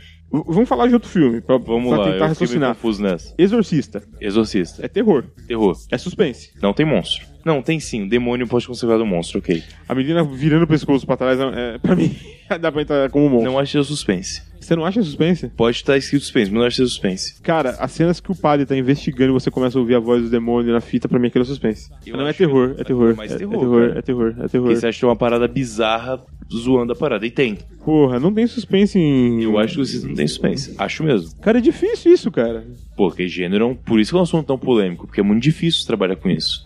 Speaker 2: V- Vamos falar de outro filme, pra,
Speaker 3: Vamos
Speaker 2: pra
Speaker 3: lá,
Speaker 2: tentar
Speaker 3: eu fiquei meio
Speaker 2: raciocinar.
Speaker 3: confuso nessa.
Speaker 2: Exorcista.
Speaker 3: Exorcista.
Speaker 2: É terror.
Speaker 3: Terror.
Speaker 2: É suspense.
Speaker 3: Não tem monstro. Não, tem sim. O demônio pode conservar do monstro, ok.
Speaker 2: A menina virando o pescoço pra trás, é, pra mim, dá pra entrar como um monstro.
Speaker 3: Não achei o suspense.
Speaker 2: Você não acha suspense?
Speaker 3: Pode estar escrito suspense, mas não achei o suspense.
Speaker 2: Cara, as cenas que o padre tá investigando e você começa a ouvir a voz do demônio na fita, pra mim aquilo é suspense.
Speaker 3: Eu
Speaker 2: não é
Speaker 3: acho que
Speaker 2: terror, é terror.
Speaker 3: mais
Speaker 2: é, é
Speaker 3: terror, né?
Speaker 2: terror,
Speaker 3: cara.
Speaker 2: é terror, é terror.
Speaker 3: Porque você acha que é uma parada bizarra zoando a parada. E tem.
Speaker 2: Porra, não tem suspense em.
Speaker 3: é- Eu acho que vocês não têm suspense. Acho mesmo.
Speaker 2: Cara, é difícil isso, cara.
Speaker 3: Porque gênero é um... Por isso que é um assunto tão polêmico, porque é muito difícil trabalhar com isso.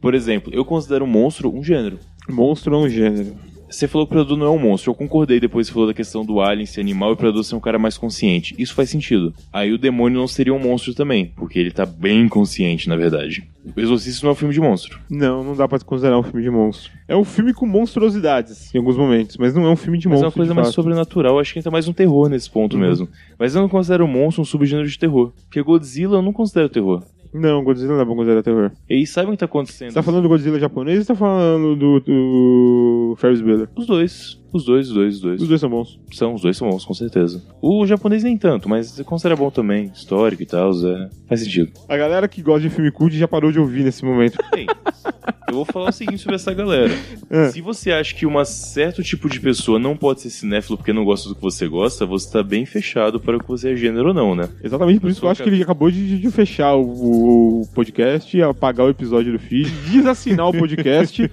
Speaker 3: Por exemplo, eu considero um monstro um gênero.
Speaker 2: Monstro é um gênero.
Speaker 3: Você falou que o Predador não é um monstro. Eu concordei depois que você falou da questão do alien ser animal e o Predador ser um cara mais consciente. Isso faz sentido. Aí o demônio não seria um monstro também, porque ele tá bem consciente, na verdade. O Exorcista não é um filme de monstro.
Speaker 2: Não, não dá pra considerar um filme de monstro. É um filme com monstruosidades em alguns momentos, mas não é um filme de
Speaker 3: Mas é
Speaker 2: monstro.
Speaker 3: uma coisa
Speaker 2: de
Speaker 3: mais
Speaker 2: fato.
Speaker 3: sobrenatural. Acho que entra mais um terror nesse ponto mesmo. Mas eu não considero o monstro um subgênero de terror. Porque Godzilla eu não considero terror.
Speaker 2: Não, Godzilla não dá pra considerar terror.
Speaker 3: E aí sabe o que tá acontecendo?
Speaker 2: Você tá falando do Godzilla japonês ou você tá falando do, do Ferris Bueller?
Speaker 3: Os dois. Os dois, os dois, os dois.
Speaker 2: Os dois são bons.
Speaker 3: São, os dois são bons, com certeza. O japonês nem tanto, mas considera bom também. Histórico e tal, é... faz sentido.
Speaker 2: A galera que gosta de filme cult já parou de ouvir nesse momento.
Speaker 3: Bem, eu vou falar o seguinte sobre essa galera.
Speaker 2: É.
Speaker 3: Se você acha que um certo tipo de pessoa não pode ser cinéfilo porque não gosta do que você gosta, você tá bem fechado para o que você é gênero ou não, né?
Speaker 2: Exatamente por isso que eu acho que ele acabou de, de fechar o, o podcast, apagar o episódio do feed, desassinar o podcast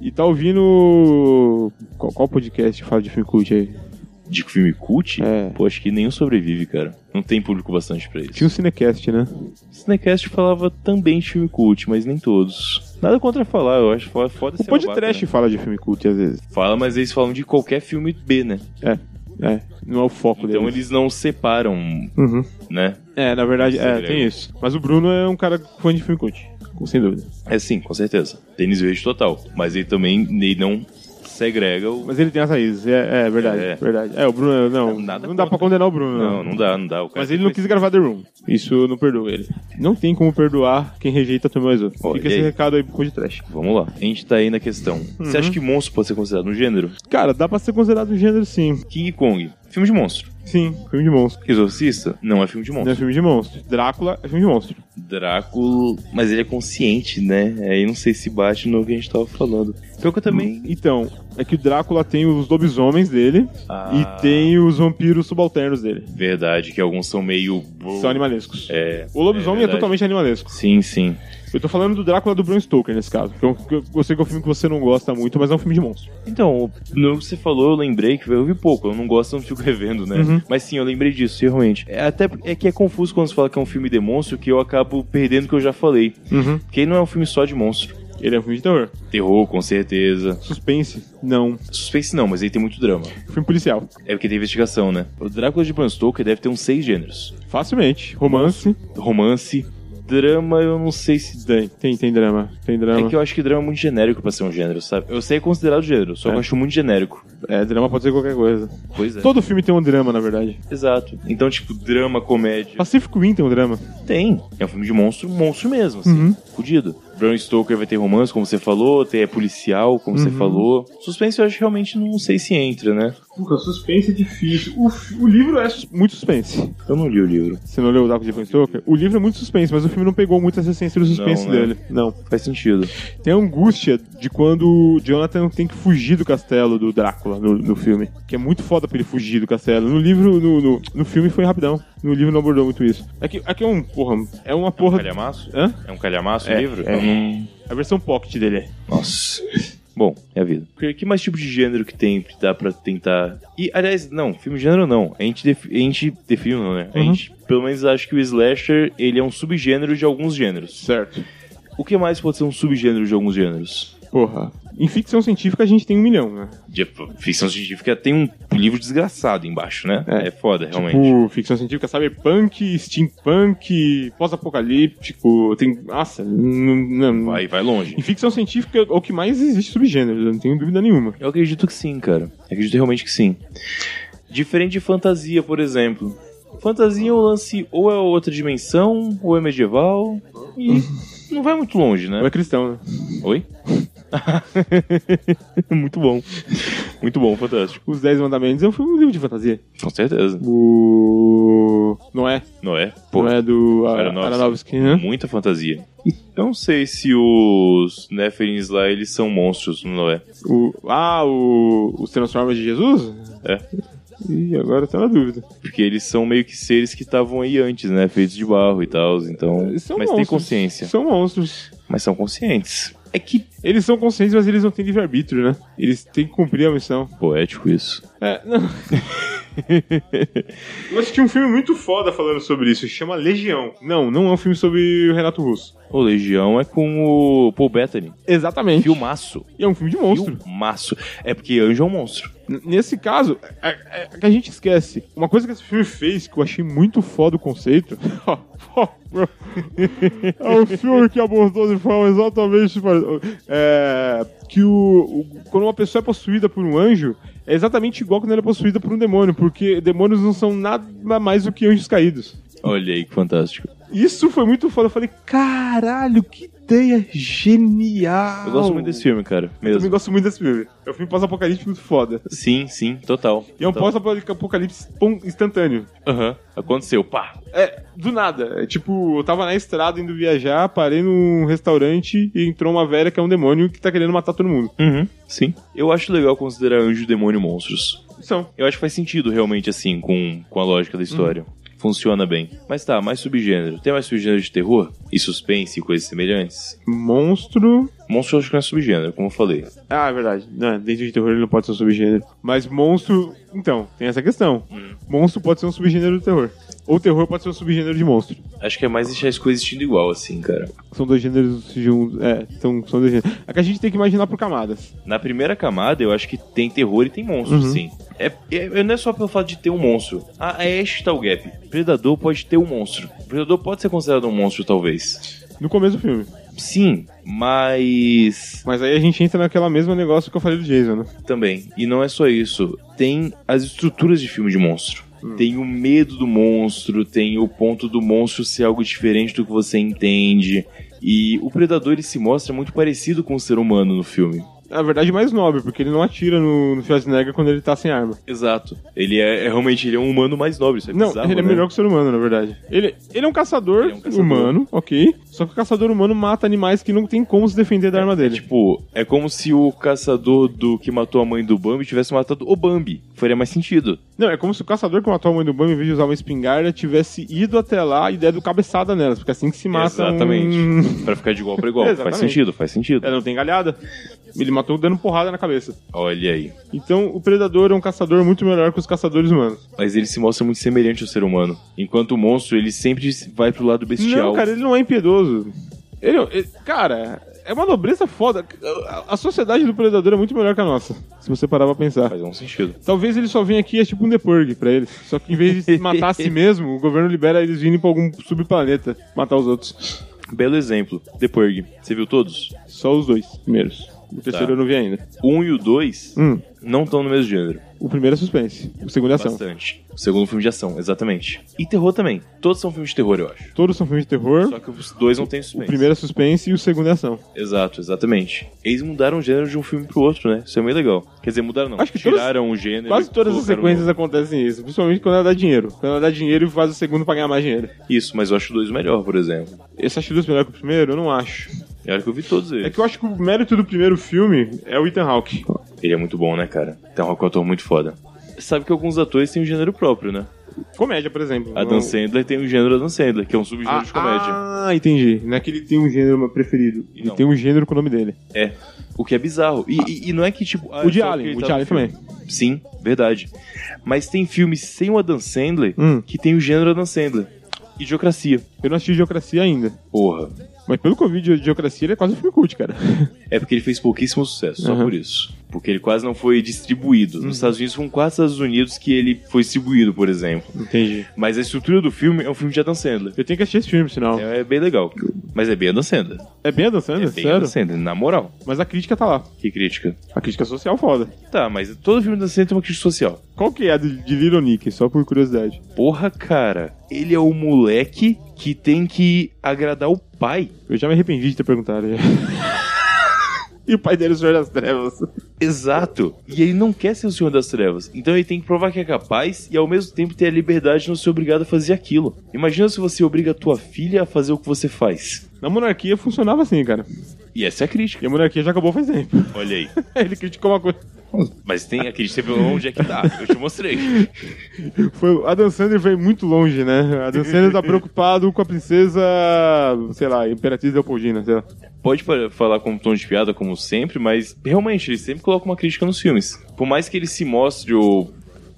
Speaker 2: e tá ouvindo. Qual, qual podcast que fala de filme cult aí?
Speaker 3: De filme cult,
Speaker 2: É.
Speaker 3: pô, acho que nenhum sobrevive, cara. Não tem público bastante pra
Speaker 2: Tinha
Speaker 3: isso.
Speaker 2: um Cinecast, né?
Speaker 3: O Cinecast falava também de filme cult, mas nem todos. Nada contra falar, eu acho foda- foda
Speaker 2: O
Speaker 3: ser babaca,
Speaker 2: podcast
Speaker 3: né?
Speaker 2: fala de filme cult às vezes.
Speaker 3: Fala, mas eles falam de qualquer filme B, né?
Speaker 2: É, não é o foco
Speaker 3: Então
Speaker 2: dele.
Speaker 3: eles não separam,
Speaker 2: Uhum.
Speaker 3: né?
Speaker 2: É, na verdade, é,
Speaker 3: Segredo.
Speaker 2: tem isso. Mas o Bruno é um cara fã de filme cult, sem dúvida.
Speaker 3: É sim, com certeza. Tênis verde total. Mas ele também ele não segrega o.
Speaker 2: Mas ele tem as raízes, é, é verdade,
Speaker 3: É.
Speaker 2: verdade. É, o Bruno, não,
Speaker 3: Nada
Speaker 2: não dá pra
Speaker 3: contra.
Speaker 2: condenar o Bruno,
Speaker 3: Não, não dá, não dá. O cara
Speaker 2: Mas ele não quis gravar The Room. Isso eu não perdoo ele. Não tem como perdoar quem rejeita Tommy Wiseau.
Speaker 3: Olha
Speaker 2: Fica esse
Speaker 3: aí.
Speaker 2: recado aí pro Code Trash.
Speaker 3: Vamos lá. A gente tá aí na questão.
Speaker 2: Uhum.
Speaker 3: Você acha que monstro pode ser considerado um gênero?
Speaker 2: Cara, dá pra ser considerado um gênero sim.
Speaker 3: King Kong, filme de monstro.
Speaker 2: Sim, filme de monstro.
Speaker 3: Exorcista, não é filme de
Speaker 2: Não é
Speaker 3: monstro.
Speaker 2: filme de monstro. Drácula é filme de monstro.
Speaker 3: Drácula, mas ele é consciente, né? Aí não sei se bate no que a gente tava falando. Pior que eu também.
Speaker 2: Então, é que o Drácula tem os lobisomens dele
Speaker 3: Ah.
Speaker 2: e tem os vampiros subalternos dele.
Speaker 3: Verdade, que alguns são meio.
Speaker 2: São animalescos.
Speaker 3: É.
Speaker 2: O lobisomem é,
Speaker 3: verdade.
Speaker 2: totalmente animalesco.
Speaker 3: Sim, sim.
Speaker 2: Eu tô falando do Drácula do Bram Stoker nesse caso. Que eu, que eu- eu sei que é um filme que você não gosta muito, mas é um filme de monstro.
Speaker 3: Então, no que você falou, eu lembrei que eu vi pouco, eu não gosto, eu não fico revendo, né?
Speaker 2: Uhum.
Speaker 3: Mas sim, eu lembrei disso, e realmente. É até é que é confuso quando você fala que é um filme de monstro, que eu acabo perdendo o que eu já falei.
Speaker 2: Uhum.
Speaker 3: Porque ele não é um filme só de monstro.
Speaker 2: Ele é um filme de terror.
Speaker 3: Terror, com certeza.
Speaker 2: Suspense? Não.
Speaker 3: Suspense não, mas ele tem muito drama.
Speaker 2: Filme policial.
Speaker 3: É porque tem investigação, né? O Drácula de Bram Stoker deve ter uns seis gêneros.
Speaker 2: Facilmente. Romance.
Speaker 3: Romance, drama, eu não sei se...
Speaker 2: Tem, tem, tem drama. Tem
Speaker 3: É
Speaker 2: drama.
Speaker 3: que eu acho que drama é muito genérico pra ser um gênero, sabe? Eu sei que é considerado gênero, só que
Speaker 2: É.
Speaker 3: eu acho muito genérico.
Speaker 2: É, drama pode ser qualquer coisa.
Speaker 3: Pois é.
Speaker 2: Todo filme tem um drama, na verdade.
Speaker 3: Exato. Então, tipo, drama, comédia...
Speaker 2: Pacific Rim tem um drama.
Speaker 3: Tem. É um filme de monstro, monstro mesmo, assim.
Speaker 2: Uhum.
Speaker 3: Fudido. Bram Stoker vai ter romance, como você falou, tem é policial, como
Speaker 2: Uhum.
Speaker 3: você falou. Suspense eu acho que realmente não sei se entra, né?
Speaker 2: Puta, suspense é difícil. O, livro é muito suspense.
Speaker 3: Eu não li o livro.
Speaker 2: Você não leu o Dark de Bram Stoker? O livro é muito suspense, mas o filme não pegou muito essa essência do suspense
Speaker 3: Não, né?
Speaker 2: dele. Não.
Speaker 3: Faz sentido.
Speaker 2: Tem a angústia de quando o Jonathan tem que fugir do castelo do Drácula no, no filme. Que é muito foda pra ele fugir do castelo. No livro, no, no, no filme foi rapidão. No livro não abordou muito isso. É que, é que é um, porra, é uma
Speaker 3: É um
Speaker 2: porra...
Speaker 3: calhamaço?
Speaker 2: Hã?
Speaker 3: É um calhamaço
Speaker 2: É,
Speaker 3: o livro?
Speaker 2: é.
Speaker 3: Eu não-
Speaker 2: A versão pocket dele.
Speaker 3: Nossa. Bom, é a vida. Que- Que mais tipo de gênero que tem que dá pra tentar. E, aliás, não, filme de gênero não. A gente, defi- a gente definiu, não, né? A
Speaker 2: Uhum.
Speaker 3: gente, pelo menos, acho que o slasher ele é um subgênero de alguns gêneros.
Speaker 2: Certo.
Speaker 3: O que mais pode ser um subgênero de alguns gêneros?
Speaker 2: Porra. Em ficção científica a gente tem um milhão, né?
Speaker 3: de ficção científica tem um livro desgraçado embaixo, né?
Speaker 2: É.
Speaker 3: É, foda, realmente.
Speaker 2: Tipo, ficção científica, cyberpunk, steampunk, pós-apocalíptico, tem... Nossa, não... não-
Speaker 3: Vai, vai longe.
Speaker 2: Em ficção científica é o que mais existe subgênero, eu não tenho dúvida nenhuma.
Speaker 3: Eu acredito que sim, cara. Eu acredito realmente que sim. Diferente de fantasia, por exemplo. Fantasia é um lance ou é outra dimensão, ou é medieval, e não vai muito longe,
Speaker 2: Ou
Speaker 3: né?
Speaker 2: é cristão, né?
Speaker 3: Oi? Muito bom. Muito bom, fantástico.
Speaker 2: Os Dez Mandamentos é um filme um livro de fantasia.
Speaker 3: Com certeza.
Speaker 2: O. Noé.
Speaker 3: Noé. Pô,
Speaker 2: Noé é do A-
Speaker 3: Aronofsky.
Speaker 2: Aronofsky, né?
Speaker 3: muita fantasia. Eu não sei se os Neferins lá, eles são monstros é? no Noé.
Speaker 2: O... Ah, o. Os Transformers de Jesus?
Speaker 3: É.
Speaker 2: Ih, agora tá na dúvida.
Speaker 3: Porque eles são meio que seres que estavam aí antes, né? Feitos de barro e tal, então...
Speaker 2: Eles são
Speaker 3: mas
Speaker 2: monstros.
Speaker 3: tem consciência.
Speaker 2: São monstros.
Speaker 3: Mas são conscientes. É que...
Speaker 2: Eles são conscientes, mas eles não têm livre-arbítrio, né? Eles têm que cumprir a missão.
Speaker 3: Poético isso.
Speaker 2: É, não. Eu assisti um filme muito foda falando sobre isso, chama Legião. Não, não é um filme sobre o Renato Russo.
Speaker 3: O Legião é com o Paul Bettany.
Speaker 2: Exatamente.
Speaker 3: Filmaço.
Speaker 2: E é um filme de monstro.
Speaker 3: Filmaço. É porque anjo é um monstro.
Speaker 2: N- Nesse caso, é, é que a gente esquece. Uma coisa que esse filme fez que eu achei muito foda o conceito. é um filme que abordou de forma exatamente. pare- É, que o, o- Quando uma pessoa é possuída por um anjo, é exatamente igual quando ela é possuída por um demônio, porque demônios não são nada mais do que anjos caídos.
Speaker 3: Olha aí que fantástico.
Speaker 2: Isso foi muito foda. Eu falei, caralho, que ideia genial!
Speaker 3: Eu gosto muito desse filme, cara.
Speaker 2: Eu também
Speaker 3: Mesmo.
Speaker 2: gosto muito desse filme. É um filme pós-apocalipse muito foda.
Speaker 3: Sim, sim, total.
Speaker 2: E é um
Speaker 3: Total.
Speaker 2: pós-apocalipse pum, instantâneo.
Speaker 3: Aham. Aconteceu, pá.
Speaker 2: É, do nada. É tipo, eu tava na estrada indo viajar, parei num restaurante e entrou uma velha que é um demônio que tá querendo matar todo mundo.
Speaker 3: Uhum, sim. Eu acho legal considerar anjo, demônio e monstros.
Speaker 2: São.
Speaker 3: Eu acho que faz sentido realmente assim com, com a lógica da história. Funciona bem. Mas tá, mais subgênero. Tem mais subgênero de terror? E suspense e coisas semelhantes?
Speaker 2: Monstro.
Speaker 3: Monstro eu acho que não é subgênero, como eu falei.
Speaker 2: Ah, é verdade. Não, dentro de terror ele não pode ser um subgênero. Mas monstro. Então, tem essa questão. Monstro pode ser um subgênero do terror. Ou terror pode ser um subgênero de monstro.
Speaker 3: Acho que é mais deixar as coisas existindo igual, assim, cara.
Speaker 2: São dois gêneros juntos. É, são, são dois gêneros. É que a gente tem que imaginar por camadas.
Speaker 3: Na primeira camada, eu acho que tem terror e tem monstro,
Speaker 2: Uhum.
Speaker 3: sim. É, é- não é só pelo fato de ter um monstro. Ah, é este tá o gap. Predador pode ter um monstro. Predador pode ser considerado um monstro, talvez.
Speaker 2: No começo do filme.
Speaker 3: Sim, mas
Speaker 2: Mas aí a gente entra naquela mesma negócio que eu falei do Jason, né?
Speaker 3: também. E não é só isso. Tem as estruturas de filme de monstro.
Speaker 2: Hum.
Speaker 3: Tem o medo do monstro, tem o ponto do monstro ser algo diferente do que você entende. E o predador ele se mostra muito parecido com o ser humano no filme.
Speaker 2: Na verdade, mais nobre, porque ele não atira no, no Schwarzenegger quando ele tá sem arma.
Speaker 3: Exato. Ele é, é realmente ele é um humano mais nobre, isso é
Speaker 2: não,
Speaker 3: bizarro,
Speaker 2: ele é
Speaker 3: né?
Speaker 2: melhor que o ser humano, na verdade. Ele, ele é um caçador,
Speaker 3: Ele é um caçador.
Speaker 2: humano, ok? Só que o caçador humano mata animais que não tem como se defender da arma dele.
Speaker 3: Tipo, é como se o caçador do que matou a mãe do Bambi tivesse matado o Bambi. Faria mais sentido.
Speaker 2: Não, é como se o caçador que matou a mãe do banho, em vez de usar uma espingarda, tivesse ido até lá e dado cabeçada nelas, porque assim que se mata.
Speaker 3: Exatamente.
Speaker 2: um-
Speaker 3: Pra ficar de igual pra igual. faz
Speaker 2: Exatamente.
Speaker 3: sentido, faz sentido.
Speaker 2: Ela não tem galhada. Ele matou dando porrada na cabeça.
Speaker 3: Olha aí.
Speaker 2: Então, o predador é um caçador muito melhor que os caçadores humanos.
Speaker 3: mas ele se mostra muito semelhante ao ser humano. Enquanto o monstro, ele sempre vai pro lado bestial.
Speaker 2: Não, cara, ele não é impiedoso. Ele, ele- cara, é uma nobreza foda. A- A sociedade do predador é muito melhor que a nossa, se você parar pra pensar.
Speaker 3: Faz um sentido.
Speaker 2: Talvez ele só venha aqui e é tipo um The Purge pra eles. Só que em vez de se matar a si mesmo, o governo libera eles virem pra algum subplaneta matar os outros.
Speaker 3: Belo exemplo. The Purge. Você viu todos?
Speaker 2: Só os dois primeiros. O terceiro
Speaker 3: Tá.
Speaker 2: eu não vi ainda.
Speaker 3: O 1 e o 2
Speaker 2: Hum,
Speaker 3: não estão no mesmo gênero.
Speaker 2: o primeiro é suspense. O segundo é ação.
Speaker 3: Bastante. O segundo filme de ação, exatamente. E terror também. Todos são filmes de terror, eu acho.
Speaker 2: Todos são filmes de terror.
Speaker 3: Só que os dois não têm
Speaker 2: O
Speaker 3: suspense.
Speaker 2: primeiro é suspense e o segundo é ação.
Speaker 3: Exato, exatamente. Eles mudaram o gênero de um filme pro outro, né? Isso é meio legal. Quer dizer, mudaram não.
Speaker 2: Acho que todas-
Speaker 3: Tiraram o gênero.
Speaker 2: Quase
Speaker 3: e
Speaker 2: todas as
Speaker 3: colocaram
Speaker 2: sequências né? acontecem isso, principalmente quando ela dá dinheiro. Quando ela dá dinheiro e faz o segundo pra ganhar mais dinheiro.
Speaker 3: no- Isso, mas eu acho o 2 melhor, por exemplo.
Speaker 2: Esse acha dois melhor que o primeiro? Eu não acho.
Speaker 3: É hora que eu vi todos eles.
Speaker 2: É que eu acho que o mérito do primeiro filme é o Ethan Hawke.
Speaker 3: Ele é muito bom, né, cara? Tem um rock ator muito foda. Sabe que alguns atores têm um gênero próprio, né?
Speaker 2: Comédia, por exemplo.
Speaker 3: Adam Sandler tem o gênero Adam Sandler, que é um subgênero
Speaker 2: Ah,
Speaker 3: de comédia.
Speaker 2: Ah, entendi. Não é que ele tem um gênero preferido. Ele
Speaker 3: Não.
Speaker 2: tem um gênero com o nome dele.
Speaker 3: É. O que é bizarro. E, e- e não é que, tipo...
Speaker 2: o de
Speaker 3: ah, só porque
Speaker 2: Allen,
Speaker 3: ele
Speaker 2: o
Speaker 3: tá
Speaker 2: de
Speaker 3: no
Speaker 2: Allen
Speaker 3: filme.
Speaker 2: também.
Speaker 3: Sim, verdade. Mas tem filmes sem o Adam Sandler
Speaker 2: Hum.
Speaker 3: que tem o gênero Adam Sandler. Idiocracia.
Speaker 2: Eu não assisti Geocracia ainda.
Speaker 3: Porra.
Speaker 2: Mas pelo Covid, Geocracia ele é quase um filme cult, cara.
Speaker 3: É porque ele fez pouquíssimo sucesso, só
Speaker 2: Uhum.
Speaker 3: por isso. Porque ele quase não foi distribuído. Nos Estados Unidos foram quatro Estados Unidos que ele foi distribuído, por exemplo.
Speaker 2: Entendi.
Speaker 3: Mas a estrutura do filme é um filme de Adam Sandler.
Speaker 2: Eu tenho que assistir esse filme, sinal. É,
Speaker 3: É é bem legal. Mas é bem Adam Sandler.
Speaker 2: bem Adam Sandler,
Speaker 3: É Bem
Speaker 2: É sério.
Speaker 3: Adam Sandler, na moral.
Speaker 2: Mas a crítica tá lá.
Speaker 3: Que crítica.
Speaker 2: A crítica social foda.
Speaker 3: Tá, mas todo filme da Sandler tem uma crítica social.
Speaker 2: Qual que é a de, de Little Nick, só por curiosidade?
Speaker 3: Porra, cara. Ele é o moleque que tem que agradar o pai.
Speaker 2: Eu já me arrependi de ter perguntado. já. E o pai dele é o Senhor das Trevas.
Speaker 3: Exato. E ele não quer ser o Senhor das Trevas. Então ele tem que provar que é capaz e ao mesmo tempo ter a liberdade de não ser obrigado a fazer aquilo. Imagina se você obriga a tua filha a fazer o que você faz.
Speaker 2: Na monarquia funcionava assim, cara.
Speaker 3: E essa é a crítica.
Speaker 2: E a monarquia já acabou faz tempo.
Speaker 3: Olha aí.
Speaker 2: Ele criticou uma coisa.
Speaker 3: Mas tem a crítica, você viu onde é que tá. Eu te mostrei.
Speaker 2: Foi, Adam Sandler veio muito longe, né? Adam Sandler tá preocupado com a princesa, sei lá, Imperatriz Leopoldina, sei lá.
Speaker 3: Pode fa- falar com um tom de piada, como sempre, mas realmente, ele sempre coloca uma crítica nos filmes. Por mais que ele se mostre o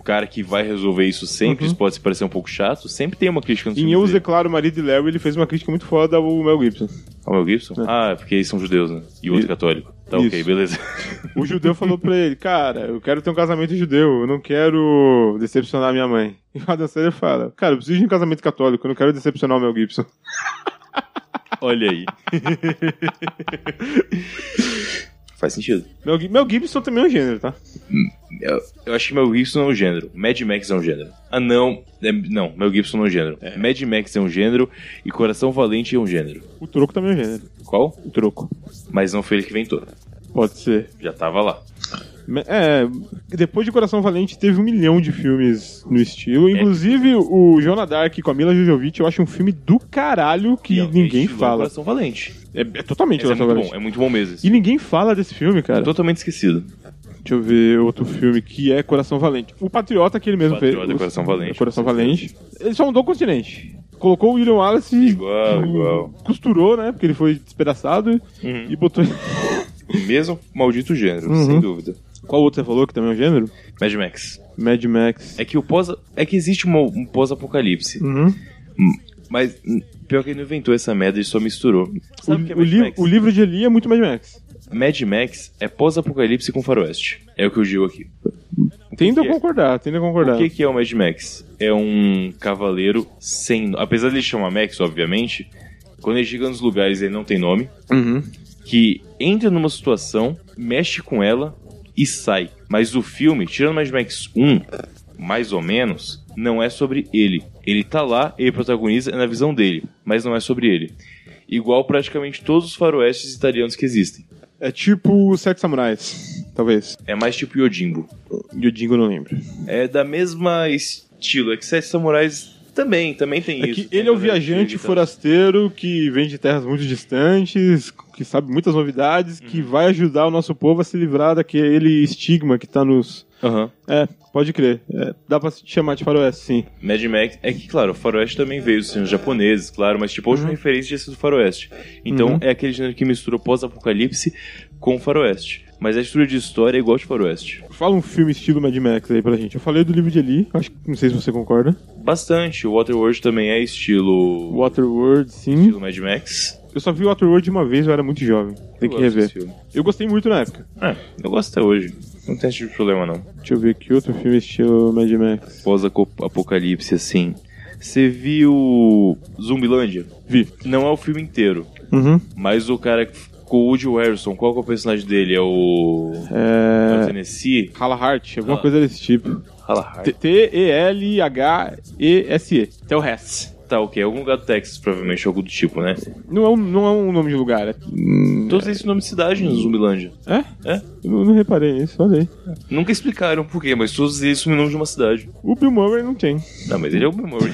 Speaker 3: cara que vai resolver isso sempre, isso pode parecer um pouco chato, sempre tem uma crítica nos
Speaker 2: Em
Speaker 3: filmes.
Speaker 2: Eu Os
Speaker 3: dele.
Speaker 2: Declaro Marido de Larry, ele fez uma crítica muito foda ao Mel Gibson.
Speaker 3: Ah, o Mel Gibson? Ah, porque eles são judeus, né? E o outro
Speaker 2: Isso.
Speaker 3: católico. Tá ok,
Speaker 2: Isso.
Speaker 3: beleza.
Speaker 2: O judeu falou pra ele, cara, eu quero ter um casamento judeu, eu não quero decepcionar minha mãe. E o Adam Sandler fala, cara, eu preciso de um casamento católico, eu não quero decepcionar o Mel Gibson.
Speaker 3: Olha aí. Faz sentido.
Speaker 2: Mel, Gib- Mel Gibson também é um gênero, tá?
Speaker 3: Eu, eu acho que Mel Gibson é um gênero. Mad Max é um gênero. Ah, não. É, não, Mel Gibson não é um gênero. Mad Max é um gênero e Coração Valente é um gênero.
Speaker 2: O troco também é um gênero.
Speaker 3: Qual?
Speaker 2: O troco.
Speaker 3: Mas não foi ele que inventou.
Speaker 2: Pode ser.
Speaker 3: Já tava lá.
Speaker 2: Me- É, depois de Coração Valente teve um milhão de filmes no
Speaker 3: É.
Speaker 2: estilo. Inclusive o Jonah Dark com a Mila Jojovic, eu acho um filme do caralho que
Speaker 3: E alguém
Speaker 2: ninguém
Speaker 3: estudou
Speaker 2: fala.
Speaker 3: Coração Valente.
Speaker 2: É, é totalmente
Speaker 3: Esse é
Speaker 2: Coração
Speaker 3: muito
Speaker 2: Valente.
Speaker 3: bom, é muito bom mesmo. esse.
Speaker 2: E ninguém fala desse filme, cara.
Speaker 3: Totalmente esquecido.
Speaker 2: Deixa eu ver outro filme que é Coração Valente. O Patriota que ele mesmo
Speaker 3: Patriota, é
Speaker 2: fez. O-
Speaker 3: Coração Valente.
Speaker 2: Coração Valente. Ele só mudou o continente. Colocou o William Wallace.
Speaker 3: Igual, igual. Uhum.
Speaker 2: Costurou, né? Porque ele foi despedaçado. E botou.
Speaker 3: Mesmo maldito gênero, sem dúvida.
Speaker 2: Qual outro você falou que também é um gênero?
Speaker 3: Mad Max.
Speaker 2: Mad Max.
Speaker 3: É que o pós. É que existe uma- um pós-apocalipse.
Speaker 2: Uhum.
Speaker 3: Mas hum, pior que ele não inventou essa merda e só misturou.
Speaker 2: O,
Speaker 3: Sabe o que é
Speaker 2: o
Speaker 3: Mad
Speaker 2: li-
Speaker 3: Max?
Speaker 2: o livro de Eli é muito Mad Max.
Speaker 3: Mad Max é pós-apocalipse com faroeste. É o que eu digo aqui.
Speaker 2: Tendo a
Speaker 3: que é?
Speaker 2: concordar, tendo a concordar.
Speaker 3: O que, que é o Mad Max? É um cavaleiro sem... no- Apesar de ele chamar Max, obviamente, quando ele chega nos lugares ele não tem nome,
Speaker 2: Uhum.
Speaker 3: que entra numa situação, mexe com ela e sai. Mas o filme, tirando Mad Max 1, mais ou menos, não é sobre ele. Ele tá lá, ele protagoniza, é na visão dele, mas não é sobre ele. Igual praticamente todos os faroestes italianos que existem.
Speaker 2: É tipo os Sete Samurais, talvez.
Speaker 3: É mais tipo Yojimbo.
Speaker 2: E o Dingo eu não lembro.
Speaker 3: É da mesma estilo. É que Sete Samurais também, também tem
Speaker 2: É
Speaker 3: isso. né?
Speaker 2: que ele é o viajante
Speaker 3: então.
Speaker 2: forasteiro que vem de terras muito distantes, que sabe muitas novidades, que
Speaker 3: Uhum.
Speaker 2: vai ajudar o nosso povo a se livrar daquele estigma que tá nos.
Speaker 3: Aham.
Speaker 2: É, pode crer. É, dá pra se chamar de faroeste, sim.
Speaker 3: Mad Max, é que, claro, o faroeste também veio dos filmes japoneses, claro, mas, tipo, a última referência tinha sido faroeste. Então,
Speaker 2: Uhum.
Speaker 3: é aquele gênero que mistura pós-apocalipse com faroeste. Mas a estrutura de história é igual de faroeste.
Speaker 2: Fala um filme estilo Mad Max aí pra gente. Eu falei do livro de Eli, acho que não sei se você concorda.
Speaker 3: Bastante. O Waterworld também é estilo...
Speaker 2: Waterworld, sim.
Speaker 3: Estilo Mad Max.
Speaker 2: Eu só vi Waterworld uma vez, eu era muito jovem. Tem que
Speaker 3: Eu gosto desse
Speaker 2: rever.
Speaker 3: filme.
Speaker 2: Eu gostei muito na época.
Speaker 3: É, eu gosto até hoje. Não tem esse tipo de problema, não.
Speaker 2: Deixa eu ver que outro filme estilo Mad Max.
Speaker 3: Pós-apocalipse, assim. Você viu Zumbilândia?
Speaker 2: Vi.
Speaker 3: Não é o filme inteiro,
Speaker 2: Uhum.
Speaker 3: mas o cara que ficou o Woody Harrison, qual que é o personagem dele? É o... É o
Speaker 2: É...
Speaker 3: Tennessee?
Speaker 2: Hala Heart, alguma
Speaker 3: Ah.
Speaker 2: coisa desse tipo.
Speaker 3: Hala
Speaker 2: T-E-L-H-E-S-E. Até o resto.
Speaker 3: Tá, ok. Algum lugar do Texas, provavelmente, algo do tipo, né?
Speaker 2: Não é, um, não é um nome de lugar. É?
Speaker 3: Todos esses nomes de cidade no Zumbilândia.
Speaker 2: é?
Speaker 3: É?
Speaker 2: Eu não, não reparei nisso, olha aí.
Speaker 3: Nunca explicaram por quê, mas todos eles são nomes de uma cidade.
Speaker 2: O Bill Murray não tem.
Speaker 3: Não, mas ele é o Bill Murray.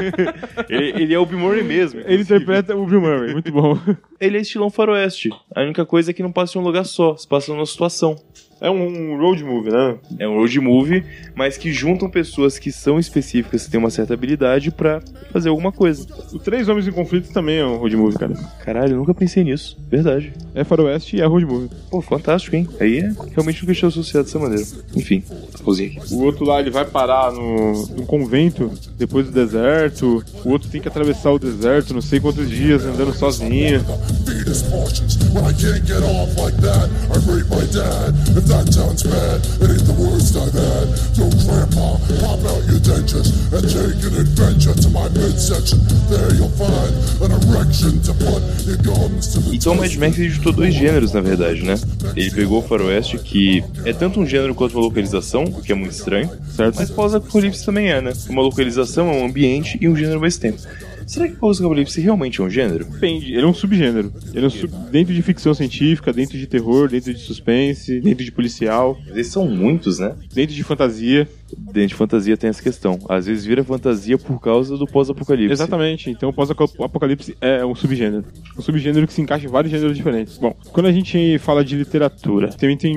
Speaker 3: ele, ele é o Bill Murray mesmo.
Speaker 2: Ele
Speaker 3: inclusive.
Speaker 2: interpreta o Bill Murray, muito bom.
Speaker 3: Ele é estilão faroeste. A única coisa é que não passa em um lugar só, se passa numa situação.
Speaker 2: É um road movie, né?
Speaker 3: É um road movie, mas que juntam pessoas que são específicas, que têm uma certa habilidade pra fazer alguma coisa.
Speaker 2: O Três Homens em Conflito também é um road movie, cara.
Speaker 3: Caralho, eu nunca pensei nisso. Verdade.
Speaker 2: É faroeste e é road movie.
Speaker 3: Pô, fantástico, hein? Aí é realmente nunca tinha associado dessa maneira. Enfim, pausinha aqui.
Speaker 2: O outro lá, ele vai parar no, num convento, depois do deserto. O outro tem que atravessar o deserto, não sei quantos dias, andando sozinho.
Speaker 5: feed his fortunes. When I can't get off like that, I rape my dad. If that sounds bad, it ain't the worst I've had. So grandpa, pop out your dentures and take an adventure to my midsection. There you'll find an erection to put your gums to the
Speaker 3: Então o Mad Max ele juntou dois gêneros, na verdade, né? Ele pegou o faroeste, que é tanto um gênero quanto uma localização, o que é muito estranho,
Speaker 2: Certo.
Speaker 3: mas pós-apocalipse também é, né? Uma localização é um ambiente e um gênero ao mesmo tempo. Será que o apocalipse realmente é um gênero?
Speaker 2: Depende, ele é um subgênero. Ele é um sub... dentro de ficção científica, dentro de terror, dentro de suspense, dentro de policial,
Speaker 3: Mas eles são muitos, né?
Speaker 2: dentro de fantasia.
Speaker 3: Dentro de fantasia tem essa questão. Às vezes vira fantasia por causa do pós-apocalipse.
Speaker 2: Exatamente. Então, o pós-apocalipse é um subgênero. Um subgênero que se encaixa em vários gêneros diferentes. Bom, quando a gente fala de literatura, também tem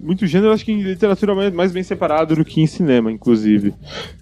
Speaker 2: muitos gêneros, acho que em literatura é mais- mais bem separado do que em cinema, inclusive.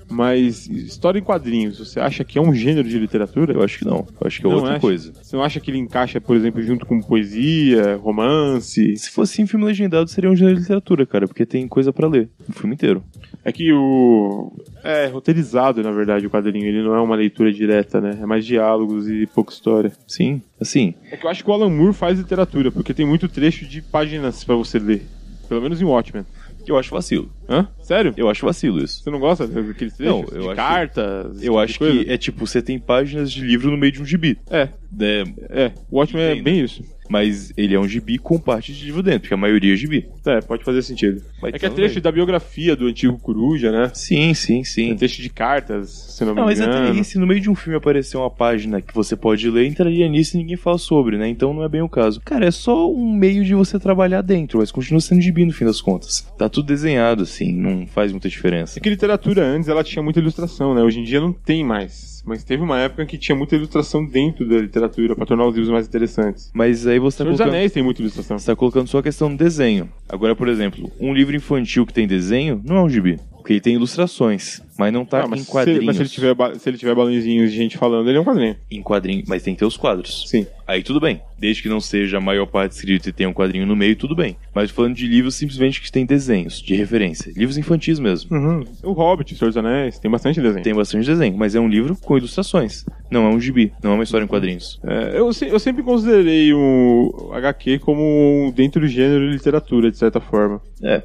Speaker 2: Mas história em quadrinhos, você acha que é um gênero de literatura?
Speaker 3: Eu acho que não. Eu acho que é
Speaker 2: Não
Speaker 3: outra
Speaker 2: acha?
Speaker 3: coisa.
Speaker 2: Você não acha que ele encaixa, por exemplo, junto com poesia, romance?
Speaker 3: Se fosse em filme legendado, seria um gênero de literatura, cara, porque tem coisa pra ler. O filme inteiro.
Speaker 2: É que o. É roteirizado, na verdade, o quadrinho. Ele não é uma leitura direta, né? É mais diálogos e pouca história.
Speaker 3: Sim, assim.
Speaker 2: É que eu acho que o Alan Moore faz literatura, porque tem muito trecho de páginas pra você ler. Pelo menos em Watchmen.
Speaker 3: Eu acho vacilo.
Speaker 2: Hã? Sério?
Speaker 3: Eu acho vacilo isso.
Speaker 2: Você não gosta daqueles
Speaker 3: Não,
Speaker 2: trechos?
Speaker 3: eu
Speaker 2: de
Speaker 3: acho-
Speaker 2: cartas? esse
Speaker 3: Eu
Speaker 2: tipo
Speaker 3: acho
Speaker 2: de coisa?
Speaker 3: que é tipo, você tem páginas de livro no meio de um gibi.
Speaker 2: É,
Speaker 3: né?
Speaker 2: é. O Watchmen é
Speaker 3: Entendo.
Speaker 2: bem isso.
Speaker 3: Mas ele é um gibi com parte de livro dentro, porque a maioria é gibi.
Speaker 2: É, pode fazer sentido.
Speaker 3: Mas
Speaker 2: é que é
Speaker 3: tudo
Speaker 2: trecho
Speaker 3: bem.
Speaker 2: da biografia do antigo Coruja, né?
Speaker 3: Sim, sim, sim.
Speaker 2: É trecho de cartas, se não é me
Speaker 3: Não, mas é
Speaker 2: engano.
Speaker 3: até aí, se no meio de um filme aparecer uma página que você pode ler, entraria nisso e ninguém fala sobre, né? Então não é bem o caso. Cara, é só um meio de você trabalhar dentro, mas continua sendo gibi no fim das contas. Tá tudo desenhado, assim, não faz muita diferença.
Speaker 2: É que literatura antes ela tinha muita ilustração, né? Hoje em dia não tem mais. Mas teve uma época em que tinha muita ilustração dentro da literatura pra tornar os livros mais interessantes.
Speaker 3: Mas aí você tá
Speaker 2: Senhor dos
Speaker 3: colocando...
Speaker 2: Anéis tem muita ilustração.
Speaker 3: Você tá colocando só a questão do desenho. Agora, por exemplo, um livro infantil que tem desenho não é um gibi. Porque ele tem ilustrações, mas não tá
Speaker 2: Ah, mas,
Speaker 3: em
Speaker 2: se,
Speaker 3: quadrinhos.
Speaker 2: ele- mas se ele tiver ba- se ele tiver balãozinhos de gente falando, ele é um quadrinho.
Speaker 3: Em quadrinho, mas tem que ter os quadros.
Speaker 2: Sim.
Speaker 3: Aí tudo bem. Desde que não seja a maior parte escrita e tenha um quadrinho no meio, tudo bem. Mas falando de livros simplesmente que tem desenhos, de referência. Livros infantis mesmo.
Speaker 2: O Hobbit, o Senhor dos Anéis, tem bastante desenho.
Speaker 3: Tem bastante desenho, mas é um livro com ilustrações. Não é um gibi, não é uma história em quadrinhos.
Speaker 2: É, eu, se- eu sempre considerei o HQ como um- dentro do gênero literatura, de certa forma.
Speaker 3: É.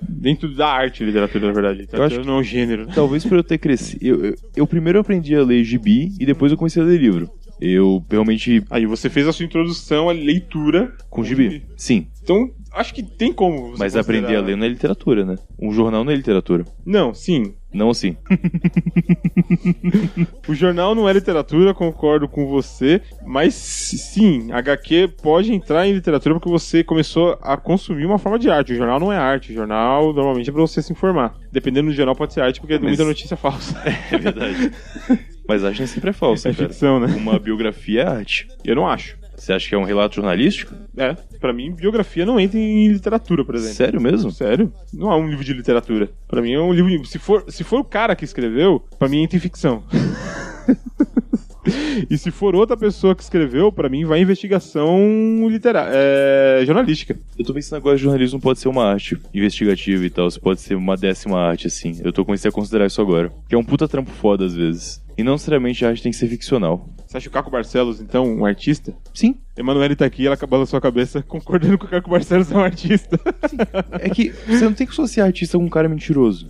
Speaker 2: Dentro da arte e literatura, na verdade. Literatura
Speaker 3: acho que-
Speaker 2: não é um gênero. né?
Speaker 3: Talvez por eu ter crescido. Eu, eu, eu primeiro aprendi a ler gibi e depois eu comecei a ler livro. Eu realmente.
Speaker 2: Aí você fez a sua introdução à leitura
Speaker 3: Com gibi. Sim.
Speaker 2: Então, acho que tem como você
Speaker 3: Mas
Speaker 2: considerar-
Speaker 3: aprender a ler não é literatura, né? Um jornal não é literatura.
Speaker 2: Não, sim.
Speaker 3: Não assim.
Speaker 2: O jornal não é literatura, concordo com você, mas sim, HQ pode entrar em literatura porque você começou a consumir uma forma de arte. O jornal não é arte, o jornal normalmente é pra você se informar. Dependendo do jornal pode ser arte porque é
Speaker 3: Mas-
Speaker 2: muita notícia falsa.
Speaker 3: É verdade. Mas acho que sempre é falso,
Speaker 2: É
Speaker 3: cara.
Speaker 2: ficção, né?
Speaker 3: Uma biografia é arte.
Speaker 2: Eu não acho.
Speaker 3: Você acha que é um relato jornalístico?
Speaker 2: É, pra mim biografia não entra em literatura, por exemplo.
Speaker 3: Sério mesmo?
Speaker 2: Sério? Não é um livro de literatura. Pra mim é um livro. de- Se for, se for o cara que escreveu, pra mim entra em ficção. e se for outra pessoa que escreveu, pra mim vai em investigação litera é, jornalística.
Speaker 3: Eu tô pensando agora que jornalismo pode ser uma arte investigativa e tal. Você pode ser uma décima arte, assim. Eu tô comecei a considerar isso agora. Que é um puta trampo foda às vezes. E não necessariamente a arte tem que ser ficcional.
Speaker 2: Você acha o Caco Barcelos, então, um artista?
Speaker 3: Sim.
Speaker 2: Emanuele tá aqui, ela acabou na sua cabeça concordando com o Caco Barcelos é um artista.
Speaker 3: É que você não tem que associar artista com um cara mentiroso.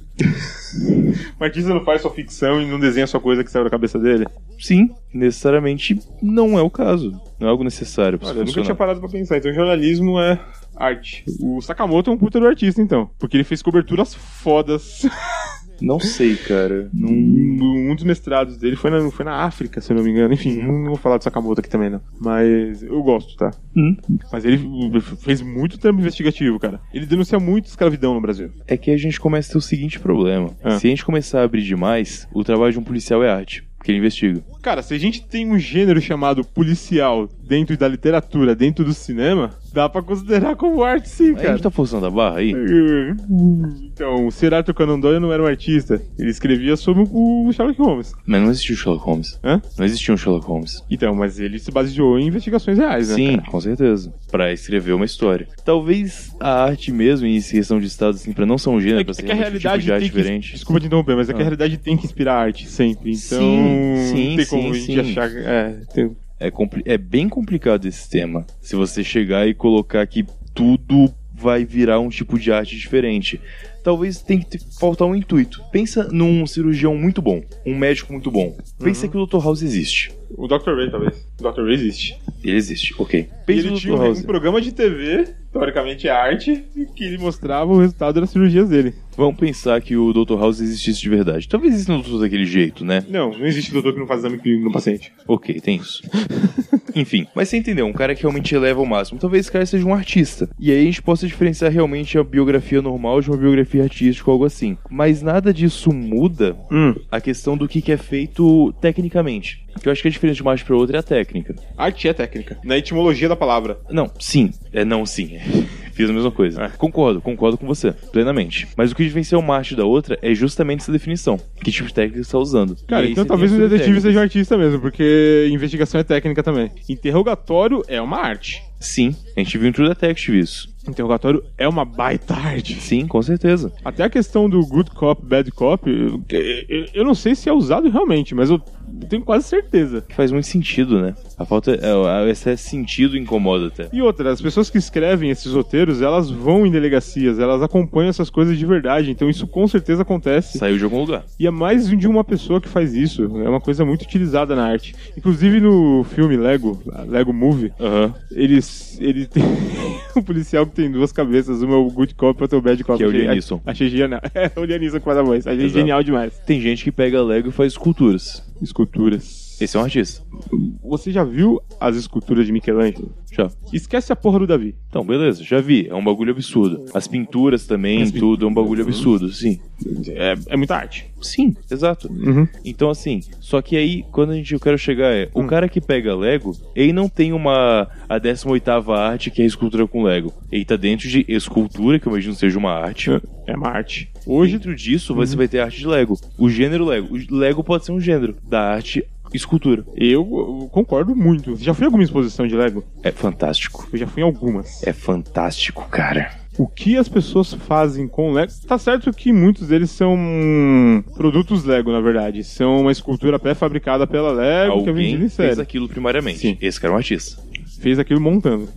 Speaker 2: o artista não faz só ficção e não desenha só coisa que saiu da cabeça dele.
Speaker 3: Sim. Necessariamente não é o caso. Não é algo necessário pra
Speaker 2: Olha, eu nunca
Speaker 3: funcionar.
Speaker 2: tinha parado pra pensar. Então, jornalismo é arte. O Sakamoto é um puta do artista, então. Porque ele fez coberturas fodas
Speaker 3: Não sei, cara. Não...
Speaker 2: Um, um dos mestrados dele foi na, foi na África, se eu não me engano. Enfim, não vou falar do Sakamoto aqui também, não. Mas eu gosto, tá?
Speaker 3: Hum.
Speaker 2: Mas ele fez muito trampo investigativo, cara. Ele denuncia muito escravidão no Brasil.
Speaker 3: é que a gente começa a ter o seguinte problema.
Speaker 2: Ah.
Speaker 3: Se a gente começar a abrir demais, o trabalho de um policial é arte, porque ele investiga.
Speaker 2: Cara, se a gente tem um gênero chamado policial dentro da literatura, dentro do cinema, dá pra considerar como arte sim,
Speaker 3: Aí a
Speaker 2: cara.
Speaker 3: gente tá forçando a barra aí?
Speaker 2: Então, o Sir Arthur Conan Doyle não era um artista. Ele escrevia sobre o Sherlock Holmes.
Speaker 3: Mas não existiu Sherlock Holmes.
Speaker 2: Hã?
Speaker 3: Não existia um Sherlock Holmes.
Speaker 2: Então, mas ele se baseou em investigações reais, né?
Speaker 3: Sim,
Speaker 2: cara?
Speaker 3: com certeza. Pra escrever uma história. Talvez a arte mesmo, em questão de estado, assim, pra não ser um gênero,
Speaker 2: É,
Speaker 3: pra
Speaker 2: que-
Speaker 3: ser
Speaker 2: é que a
Speaker 3: realmente um
Speaker 2: realidade
Speaker 3: tipo de arte
Speaker 2: tem que,
Speaker 3: diferente.
Speaker 2: Desculpa te interromper, mas é que
Speaker 3: Ah.
Speaker 2: a realidade tem que inspirar a arte sempre. Então,
Speaker 3: Sim, sim,
Speaker 2: não tem como
Speaker 3: sim,
Speaker 2: a
Speaker 3: sim.
Speaker 2: gente achar. É, tem-
Speaker 3: É, compli- é bem complicado esse tema. Se você chegar e colocar que tudo vai virar um tipo de arte diferente. Talvez tenha que te- faltar um intuito. Pensa num cirurgião muito bom, um médico muito bom. Pensa
Speaker 2: Uhum.
Speaker 3: que o Dr. House existe.
Speaker 2: O Dr. Ray, talvez. O Dr. Ray existe.
Speaker 3: Ele existe, ok.
Speaker 2: E
Speaker 3: Pensa
Speaker 2: ele
Speaker 3: no
Speaker 2: tinha
Speaker 3: Dr.
Speaker 2: um,
Speaker 3: House.
Speaker 2: um programa de TV teoricamente arte, e que ele mostrava o resultado das cirurgias dele.
Speaker 3: Vamos pensar que o Dr. House existisse de verdade. Talvez ele não fosse daquele jeito, né?
Speaker 2: Não, não existe doutor que não faz exame clínico no paciente.
Speaker 3: Ok, tem isso. Enfim, mas você entendeu, um cara que realmente eleva ao máximo. Talvez esse cara seja um artista. E aí a gente possa diferenciar realmente a biografia normal de uma biografia artística ou algo assim. Mas nada disso muda a questão do que, que é feito tecnicamente. Que eu acho que a diferença de uma arte pra outra é a técnica.
Speaker 2: Arte é técnica. Na etimologia da palavra.
Speaker 3: Não, sim. É não, sim. Fiz a mesma coisa. Concordo, concordo com você, plenamente. Mas o que diferencia uma arte da outra é justamente essa definição. Que tipo de técnica você está usando. E
Speaker 2: Cara,
Speaker 3: aí
Speaker 2: então
Speaker 3: você
Speaker 2: talvez
Speaker 3: tem
Speaker 2: o
Speaker 3: as
Speaker 2: detetive
Speaker 3: subtécnicas.
Speaker 2: seja um artista mesmo, porque investigação é técnica também. Interrogatório é uma arte.
Speaker 3: Sim, a gente viu em True Detective isso.
Speaker 2: Interrogatório é uma baita arte.
Speaker 3: Sim, com certeza.
Speaker 2: Até a questão do good cop, bad cop, eu, eu- eu não sei se é usado realmente, mas eu tenho quase certeza.
Speaker 3: Que faz muito sentido, né? A falta. é, o- o excesso de sentido incomoda até.
Speaker 2: E outra, as pessoas que escrevem esses roteiros, elas vão em delegacias, elas acompanham essas coisas de verdade, então isso com certeza acontece.
Speaker 3: Saiu de algum lugar.
Speaker 2: E é mais de uma pessoa que faz isso, é uma coisa muito utilizada na arte. Inclusive no filme Lego, Lego Movie,
Speaker 3: Aham.
Speaker 2: eles, ele tem um policial que tem duas cabeças, uma é o good cop e outra é o bad cop.
Speaker 3: Que é o
Speaker 2: Achei-
Speaker 3: Lianisson.
Speaker 2: Achei genial. É, o Lianisson que faz a voz, achei
Speaker 3: Exato.
Speaker 2: genial demais.
Speaker 3: Tem gente que pega Lego e faz esculturas.
Speaker 2: Esculturas.
Speaker 3: Esse é um artista.
Speaker 2: Você já viu as esculturas de Michelangelo?
Speaker 3: Já.
Speaker 2: Esquece a porra do Davi.
Speaker 3: Então, beleza, já vi. É um bagulho absurdo. As pinturas também,
Speaker 2: As pin-
Speaker 3: tudo, é um bagulho absurdo, sim.
Speaker 2: É, é muita arte.
Speaker 3: Sim, exato. Então, assim, só que aí, quando a gente, eu quero chegar é, o cara que pega Lego, ele não tem uma, a 18ª arte que é escultura com Lego. Ele tá dentro de escultura, que eu imagino seja uma arte.
Speaker 2: É uma arte.
Speaker 3: Hoje, dentro disso,
Speaker 2: Uhum.
Speaker 3: você vai ter arte de Lego. O gênero Lego. O Lego pode ser um gênero da arte escultura.
Speaker 2: Eu uh, concordo muito. Já fui em alguma exposição de Lego?
Speaker 3: É fantástico.
Speaker 2: Eu já fui em algumas.
Speaker 3: É fantástico, cara.
Speaker 2: O que as pessoas fazem com Lego? Tá certo que muitos deles são produtos Lego, na verdade. São uma escultura pré-fabricada pela Lego que é vendida
Speaker 3: Alguém
Speaker 2: em série.
Speaker 3: fez aquilo primariamente.
Speaker 2: Sim.
Speaker 3: Esse cara é um artista.
Speaker 2: Fez aquilo montando.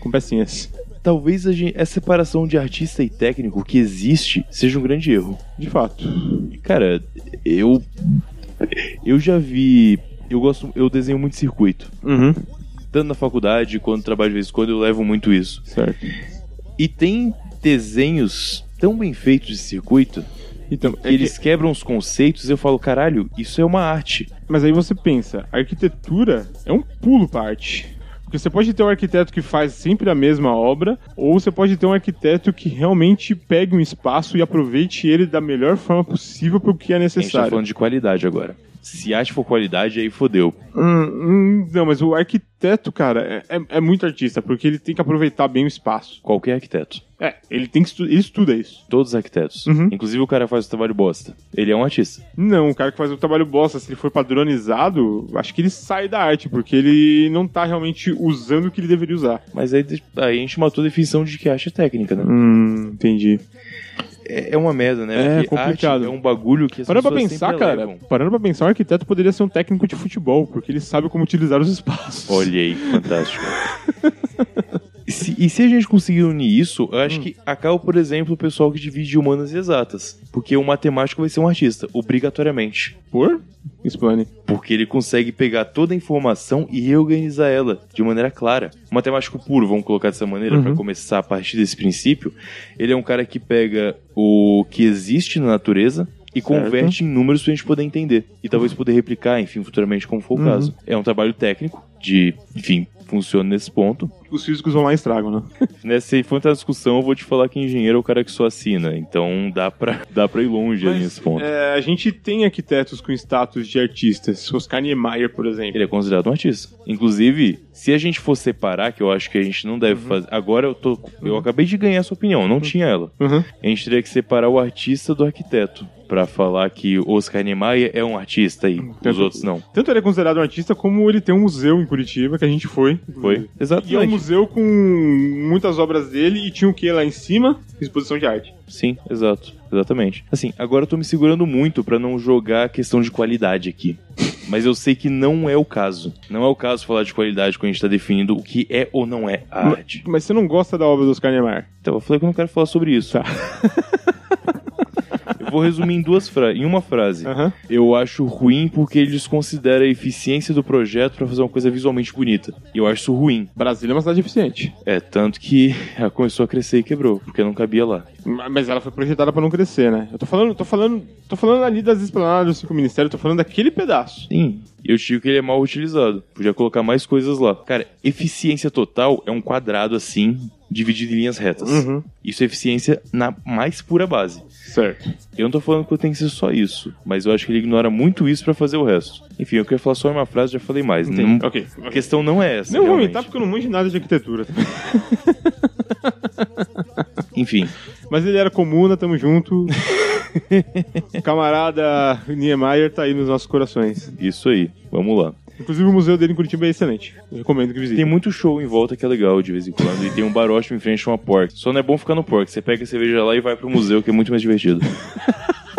Speaker 2: Com pecinhas.
Speaker 3: Talvez a, gen- essa separação de artista e técnico que existe seja um grande erro.
Speaker 2: De fato.
Speaker 3: Cara, eu. Eu já vi. Eu gosto. Eu desenho muito circuito.
Speaker 2: Uhum.
Speaker 3: Tanto na faculdade quanto trabalho de vez em quando, eu levo muito isso.
Speaker 2: Certo.
Speaker 3: E tem desenhos tão bem feitos de circuito
Speaker 2: Então,
Speaker 3: É que eles quebram os conceitos e eu falo, caralho, isso é uma arte.
Speaker 2: Mas aí você pensa, a arquitetura é um pulo pra arte. Porque você pode ter um arquiteto que faz sempre a mesma obra, ou você pode ter um arquiteto que realmente pegue um espaço e aproveite ele da melhor forma possível para o que é
Speaker 3: A gente tá
Speaker 2: necessário.
Speaker 3: falando de qualidade agora. Se arte for qualidade, aí fodeu.
Speaker 2: Hum, hum, não, mas o arquiteto, cara, é, é- é muito artista, porque ele tem que aproveitar bem o espaço.
Speaker 3: Qualquer arquiteto.
Speaker 2: É, ele tem que estu ele estuda isso.
Speaker 3: Todos os arquitetos.
Speaker 2: Uhum.
Speaker 3: Inclusive o cara faz o trabalho bosta. Ele é um artista.
Speaker 2: Não, o cara que faz o trabalho bosta, se ele for padronizado, acho que ele sai da arte, porque ele não tá realmente usando o que ele deveria usar.
Speaker 3: Mas aí, aí a gente matou a definição de que arte é técnica, né?
Speaker 2: Hum, entendi.
Speaker 3: É é uma merda, né?
Speaker 2: É
Speaker 3: Porque
Speaker 2: complicado.
Speaker 3: arte é um bagulho que as
Speaker 2: Parando pra
Speaker 3: pessoas
Speaker 2: pensar,
Speaker 3: sempre
Speaker 2: cara,
Speaker 3: levam.
Speaker 2: parando pra pensar, o arquiteto poderia ser um técnico de futebol, porque ele sabe como utilizar os espaços.
Speaker 3: Olha aí, fantástico. E se, e se a gente conseguir unir isso, eu acho que acaba, por exemplo, o pessoal que divide humanas e exatas. Porque o matemático vai ser um artista, obrigatoriamente.
Speaker 2: Por? Explane.
Speaker 3: Porque ele consegue pegar toda a informação e reorganizar ela de maneira clara. O matemático puro, vamos colocar dessa maneira, pra começar a partir desse princípio, ele é um cara que pega o que existe na natureza e converte em números pra gente poder entender. E talvez poder replicar, enfim, futuramente, como for o caso. É um trabalho técnico de, enfim, funciona nesse ponto.
Speaker 2: Os físicos vão lá e estragam, né?
Speaker 3: Né, se for entrar na discussão, eu vou te falar que engenheiro é o cara que só assina. Então dá pra, dá pra ir longe ali nesse ponto.
Speaker 2: É, a gente tem arquitetos com status de artistas. Oscar Niemeyer, por exemplo.
Speaker 3: Ele é considerado um artista. Inclusive, se a gente for separar, que eu acho que a gente não deve fazer. Agora eu tô. Eu acabei de ganhar essa opinião, não tinha ela.
Speaker 2: Uhum. Uhum.
Speaker 3: A gente teria que separar o artista do arquiteto. Pra falar que Oscar Niemeyer é um artista e os
Speaker 2: Tanto-
Speaker 3: outros não.
Speaker 2: Tanto ele é considerado um artista, como ele tem um museu em Curitiba, que a gente foi.
Speaker 3: Foi?
Speaker 2: E é um
Speaker 3: Exatamente.
Speaker 2: museu com muitas obras dele e tinha o que lá em cima? Exposição de arte.
Speaker 3: Sim, exato. Exatamente. Assim, agora eu tô me segurando muito pra não jogar a questão de qualidade aqui. Mas eu sei que não é o caso. Não é o caso falar de qualidade quando a gente tá definindo o que é ou não é a arte.
Speaker 2: Mas você não gosta da obra do Oscar Niemeyer?
Speaker 3: Então, eu falei que eu não quero falar sobre isso.
Speaker 2: Tá.
Speaker 3: Eu vou resumir em duas fra em uma frase.
Speaker 2: Aham.
Speaker 3: Eu acho ruim porque ele desconsidera a eficiência do projeto pra fazer uma coisa visualmente bonita. E eu acho isso ruim.
Speaker 2: Brasília é uma cidade eficiente.
Speaker 3: É, tanto que ela começou a crescer e quebrou, porque não cabia lá.
Speaker 2: Ma- Mas ela foi projetada pra não crescer, né? Eu tô falando, tô falando, tô falando ali das esplanadas dos cinco ministérios, tô falando daquele pedaço.
Speaker 3: Sim. Eu digo que ele é mal utilizado. Podia colocar mais coisas lá. Cara, eficiência total é um quadrado assim, dividido em linhas retas.
Speaker 2: Uhum.
Speaker 3: Isso é eficiência na mais pura base.
Speaker 2: Certo.
Speaker 3: Eu não tô falando que tem que ser só isso, mas eu acho que ele ignora muito isso pra fazer o resto. Enfim, eu queria falar só uma frase, já falei mais. Não,
Speaker 2: Ok.
Speaker 3: A Hum. questão não é essa.
Speaker 2: Não vou
Speaker 3: realmente.
Speaker 2: aumentar porque eu não manjo nada de arquitetura.
Speaker 3: Enfim,
Speaker 2: Mas ele era comuna, tamo junto. Camarada Niemeyer tá aí nos nossos corações.
Speaker 3: isso aí. Vamos lá.
Speaker 2: Inclusive o museu dele em Curitiba é excelente. Eu recomendo que visite.
Speaker 3: Tem muito show em volta que é legal de vez em quando. E tem um barócio em frente a uma porta. Só não é bom ficar no porco. Você pega a cerveja lá e vai pro museu, que é muito mais divertido.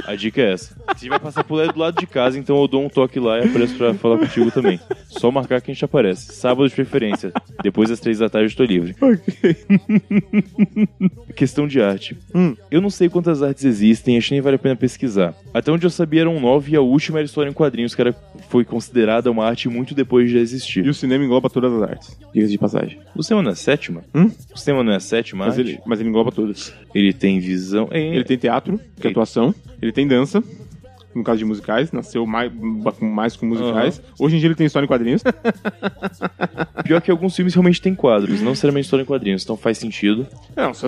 Speaker 3: A dica é essa. Se vai passar por lá é do lado de casa, então eu dou um toque lá e apareço pra falar contigo também. Só marcar que a gente aparece. Sábado de preferência. Depois das três da tarde eu tô livre. Questão de arte.
Speaker 2: Hum.
Speaker 3: Eu não sei quantas artes existem, acho que nem vale a pena pesquisar. Até onde eu sabia eram nove e a última era história em quadrinhos, que era, foi considerada uma arte muito depois de já existir.
Speaker 2: E o cinema engloba todas as artes, diga de passagem.
Speaker 3: O cinema não é a sétima?
Speaker 2: Hum?
Speaker 3: O cinema não é a sétima
Speaker 2: Mas
Speaker 3: arte?
Speaker 2: ele, mas ele engloba todas.
Speaker 3: Ele tem visão... É,
Speaker 2: Ele tem teatro, que é atuação. Ele tem dança, no caso de musicais. Nasceu mais, mais com musicais. Hoje em dia ele tem história em quadrinhos.
Speaker 3: Pior que alguns filmes realmente têm quadros, não seriamente história em quadrinhos, então faz sentido.
Speaker 2: Não, só-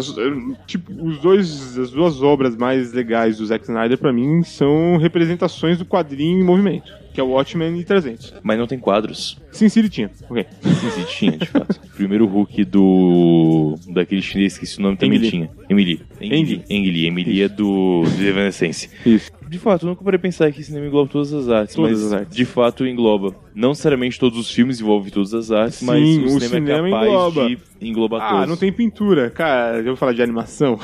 Speaker 2: tipo, os dois, as duas obras mais legais do Zack Snyder, pra mim, são representações do quadrinho em movimento. Que é o Watchmen e 300.
Speaker 3: Mas não tem quadros.
Speaker 2: Sin City tinha. Ok.
Speaker 3: Sim, sim, tinha, de fato. O primeiro Hulk do... Daquele chinês, esqueci o nome, também
Speaker 2: Ang Lee.
Speaker 3: tinha. Emily.
Speaker 2: Ang Lee.
Speaker 3: Emily. Emily é do... do Evanescence.
Speaker 2: Isso.
Speaker 3: De fato, eu nunca parei pensar que cinema engloba todas as artes,
Speaker 2: Todas
Speaker 3: mas
Speaker 2: as artes.
Speaker 3: de fato engloba. Não necessariamente todos os filmes envolvem todas as artes,
Speaker 2: Sim,
Speaker 3: mas o,
Speaker 2: o
Speaker 3: cinema,
Speaker 2: cinema
Speaker 3: é capaz
Speaker 2: engloba.
Speaker 3: de englobar
Speaker 2: Ah,
Speaker 3: todas.
Speaker 2: não tem pintura. Cara, já vou falar de animação.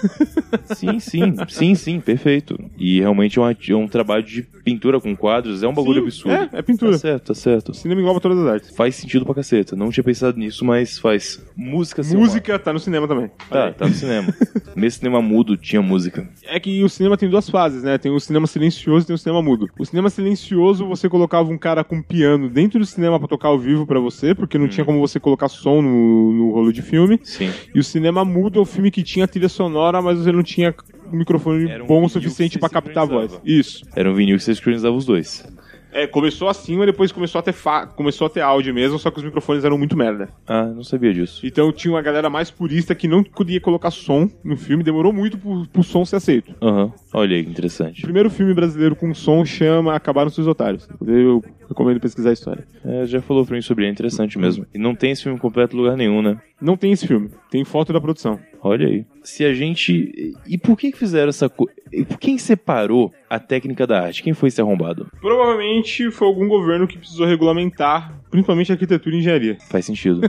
Speaker 3: Sim, sim, sim, sim, perfeito. E realmente é um, ati- é um trabalho de pintura com quadros, é um bagulho
Speaker 2: Sim,
Speaker 3: absurdo.
Speaker 2: É, é pintura.
Speaker 3: Tá certo, tá certo.
Speaker 2: Cinema engloba todas as artes.
Speaker 3: Faz sentido pra caceta. Não tinha pensado nisso, mas faz. Música sim,
Speaker 2: Música tá no cinema também.
Speaker 3: Tá, tá no cinema. Mesmo cinema mudo tinha música.
Speaker 2: É que o cinema tem duas fases, né? Tem o cinema silencioso e tem o cinema mudo. O cinema silencioso, você colocava um cara com piano dentro do cinema pra tocar ao vivo pra você, porque não tinha como você colocar som no, no rolo de filme.
Speaker 3: Sim.
Speaker 2: E o cinema mudo é o filme que tinha trilha sonora, mas você não tinha um microfone
Speaker 3: Era um
Speaker 2: bom
Speaker 3: vinil
Speaker 2: o suficiente
Speaker 3: que
Speaker 2: pra
Speaker 3: você
Speaker 2: captar a voz.
Speaker 3: sincronizava.
Speaker 2: Isso.
Speaker 3: Era um vinil que você sincronizava os dois.
Speaker 2: É, começou assim, mas depois começou a ter fa- começou a ter áudio mesmo, só que os microfones eram muito merda.
Speaker 3: Ah, não sabia disso.
Speaker 2: Então tinha uma galera mais purista que não podia colocar som no filme, demorou muito pro, pro som ser aceito.
Speaker 3: Aham. Olha aí, que
Speaker 2: O
Speaker 3: interessante.
Speaker 2: primeiro filme brasileiro com som chama Acabaram Seus Otários. Eu recomendo pesquisar a história.
Speaker 3: É, já falou pra mim sobre ele, é interessante mesmo. E não tem esse filme completo em lugar nenhum, né?
Speaker 2: Não tem esse filme, tem foto da produção.
Speaker 3: Olha aí. Se a gente. E por que que fizeram essa coisa? Quem separou a técnica da arte? Quem foi esse arrombado?
Speaker 2: Provavelmente foi algum governo que precisou regulamentar, principalmente arquitetura e engenharia.
Speaker 3: Faz sentido.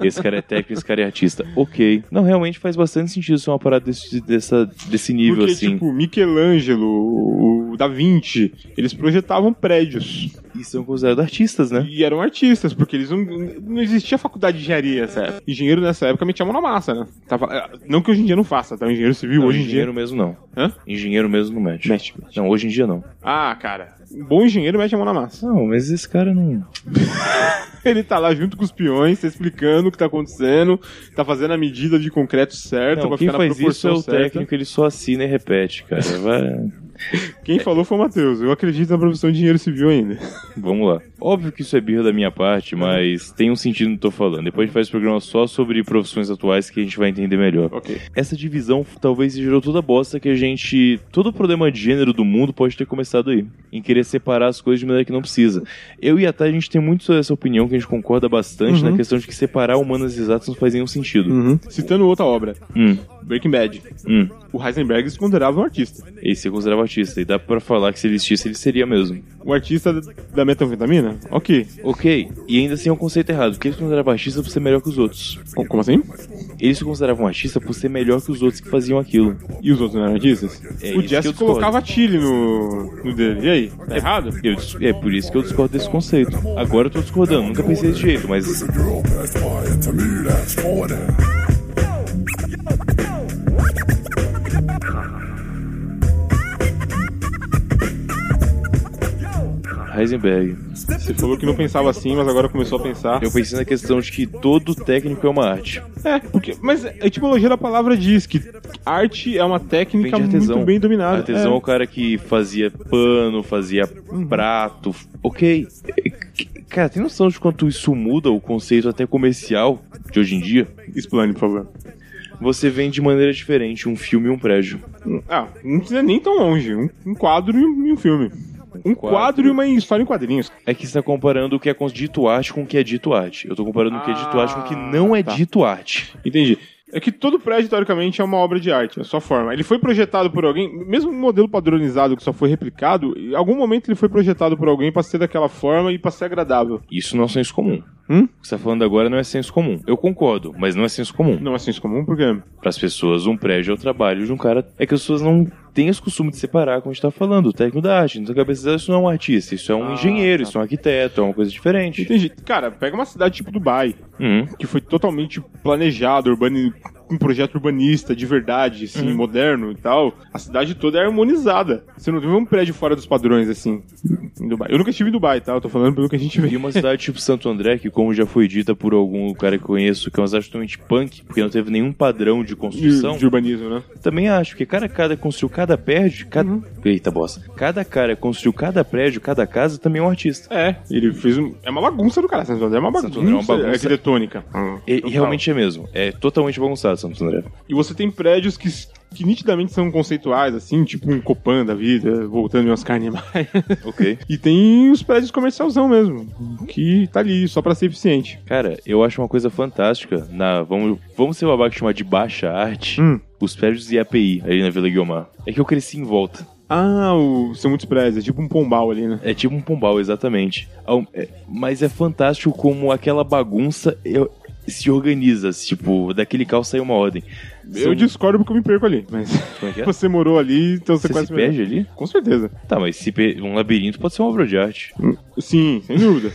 Speaker 3: Esse cara é técnico, esse cara é artista. Ok. Não, realmente faz bastante sentido ser uma parada desse, dessa, desse nível,
Speaker 2: Porque,
Speaker 3: assim.
Speaker 2: tipo, Michelangelo, o Da Vinci, eles projetavam prédios.
Speaker 3: E são considerados artistas, né?
Speaker 2: E eram artistas, porque eles não. Não existia faculdade de engenharia nessa época. Engenheiro nessa época metia a mão na massa, né? Tava, não que hoje em dia não faça, tá? O engenheiro civil
Speaker 3: Não,
Speaker 2: hoje em
Speaker 3: engenheiro
Speaker 2: dia.
Speaker 3: mesmo não.
Speaker 2: Hã?
Speaker 3: Engenheiro mesmo não mete.
Speaker 2: Mete,
Speaker 3: Não, hoje em dia não.
Speaker 2: Ah, cara. Um bom engenheiro mete a mão na massa.
Speaker 3: Não, mas esse cara não.
Speaker 2: Ele tá lá junto com os peões, tá explicando o que tá acontecendo, tá fazendo a medida de concreto certa
Speaker 3: não
Speaker 2: pra
Speaker 3: quem
Speaker 2: ficar na
Speaker 3: faz isso é
Speaker 2: proporção
Speaker 3: o
Speaker 2: certa.
Speaker 3: técnico, ele só assina e repete, cara. Vai.
Speaker 2: Quem falou foi o Matheus. Eu acredito na profissão de engenheiro civil ainda.
Speaker 3: Vamos lá. Óbvio que isso é birra da minha parte, mas tem um sentido no que eu tô falando. Depois a gente faz programa só sobre profissões atuais que a gente vai entender melhor.
Speaker 2: Ok.
Speaker 3: Essa divisão talvez gerou toda a bosta que a gente. Todo o problema de gênero do mundo pode ter começado aí. Em querer separar as coisas de maneira que não precisa. Eu e a Thay, a gente tem muito essa opinião que a gente concorda bastante na questão de que separar humanas e exatas não faz nenhum sentido.
Speaker 2: Uhum. Citando outra obra,
Speaker 3: Hum,
Speaker 2: Breaking Bad.
Speaker 3: hum.
Speaker 2: O Heisenberg se considerava um artista.
Speaker 3: Ele se considerava artista. E dá pra falar que se ele existisse, ele seria mesmo.
Speaker 2: O artista da metanfetamina? Ok.
Speaker 3: Ok. E ainda assim é um conceito errado, porque ele se considerava artista por ser melhor que os outros.
Speaker 2: Co- Como assim?
Speaker 3: Ele se considerava um artista por ser melhor que os outros que faziam aquilo.
Speaker 2: E os outros não eram artistas?
Speaker 3: É isso
Speaker 2: o
Speaker 3: que eu
Speaker 2: Jesse
Speaker 3: discordo.
Speaker 2: colocava chile no, no dele. E aí? Tá errado?
Speaker 3: Eu dis- é por isso que eu discordo desse conceito. Agora eu tô discordando, nunca pensei desse jeito, mas
Speaker 5: There's a girl passed by, and to me that's funny.
Speaker 3: Heisenberg.
Speaker 2: Você falou que não pensava assim, mas agora começou a pensar.
Speaker 3: Eu pensei na questão de que todo técnico é uma arte.
Speaker 2: É, porque, mas a etimologia da palavra diz que arte é uma
Speaker 3: Vem de
Speaker 2: técnica
Speaker 3: artesão.
Speaker 2: muito bem dominada.
Speaker 3: Artesão é.
Speaker 2: É. Uhum.
Speaker 3: o cara que fazia pano, fazia prato. Ok. Cara, tem noção de quanto isso muda o conceito até comercial de hoje em dia?
Speaker 2: É. Explane, por favor.
Speaker 3: Você vende de maneira diferente um filme e um prédio.
Speaker 2: Ah, não precisa nem tão longe. Um, um quadro e um, e um filme. Um quadro. e uma história em quadrinhos.
Speaker 3: É que você tá comparando o que é dito arte com o que é dito arte. Eu tô comparando o que é dito arte com o que não é
Speaker 2: tá.
Speaker 3: dito arte.
Speaker 2: Entendi. É que todo prédio, teoricamente, é uma obra de arte, é só forma. Ele foi projetado por alguém, mesmo um modelo padronizado que só foi replicado, em algum momento ele foi projetado por alguém pra ser daquela forma e pra ser agradável.
Speaker 3: Isso não é senso comum.
Speaker 2: Hum?
Speaker 3: O que você tá falando agora não é senso comum. Eu concordo, mas não é senso comum.
Speaker 2: Não é senso comum, porque
Speaker 3: Para as pessoas, um prédio é o trabalho de um cara. É que as pessoas não têm esse costume de separar quando a gente tá falando. O técnico da arte. Na sua cabeça, dela, isso não é um artista, isso é um
Speaker 2: Ah,
Speaker 3: engenheiro, isso é um arquiteto, é uma coisa diferente.
Speaker 2: Entendi. Cara, pega uma cidade tipo Dubai,
Speaker 3: Hum.
Speaker 2: que foi totalmente planejado, urbani... um projeto urbanista de verdade,
Speaker 3: Uhum.
Speaker 2: assim, moderno e tal. A cidade toda é harmonizada. Você não vê um prédio fora dos padrões, assim, em Dubai. Eu nunca estive em Dubai, tá? Eu tô falando pelo que a gente
Speaker 3: E
Speaker 2: vê.
Speaker 3: uma cidade tipo Santo André, que como já foi dita por algum cara que eu conheço, que é uma cidade totalmente punk, porque não teve nenhum padrão de construção.
Speaker 2: De, de urbanismo, né?
Speaker 3: Também acho, porque cara, cada construiu cada prédio, cada.
Speaker 2: Uhum.
Speaker 3: Eita bosta. Cada cara construiu cada prédio, cada casa, também é um artista.
Speaker 2: É, ele fez um... É uma bagunça do cara, Santo André é uma bagunça,
Speaker 3: Santo André é uma bagunça.
Speaker 2: arquitetônica.
Speaker 3: E,
Speaker 2: Total.
Speaker 3: e realmente é mesmo. É totalmente bagunçado, Santo André.
Speaker 2: E você tem prédios que, que nitidamente são conceituais, assim, tipo um Copan da vida, voltando em umas carnivais.
Speaker 3: Ok.
Speaker 2: E tem os prédios comercialzão mesmo, que tá ali só pra ser eficiente.
Speaker 3: Cara, eu acho uma coisa fantástica na. Vamos, vamos ser um babaca e chamar de baixa arte.
Speaker 2: Hum.
Speaker 3: Os prédios de API ali na Vila Guiomar. É que eu cresci em volta.
Speaker 2: Ah, o... são muitos prédios, é tipo um pombal ali, né?
Speaker 3: É tipo um pombal, exatamente. É um- é- Mas é fantástico como aquela bagunça eu- se organiza. Tipo, daquele caos sai uma ordem.
Speaker 2: Eu
Speaker 3: É, São-
Speaker 2: discordo porque eu me perco ali, mas
Speaker 3: Como é que é?
Speaker 2: você morou ali, então você,
Speaker 3: Você
Speaker 2: quase
Speaker 3: se
Speaker 2: melhor.
Speaker 3: perde ali?
Speaker 2: Com certeza.
Speaker 3: Tá, mas se per- um labirinto pode ser uma obra de arte.
Speaker 2: Hum. Sim, sem dúvida.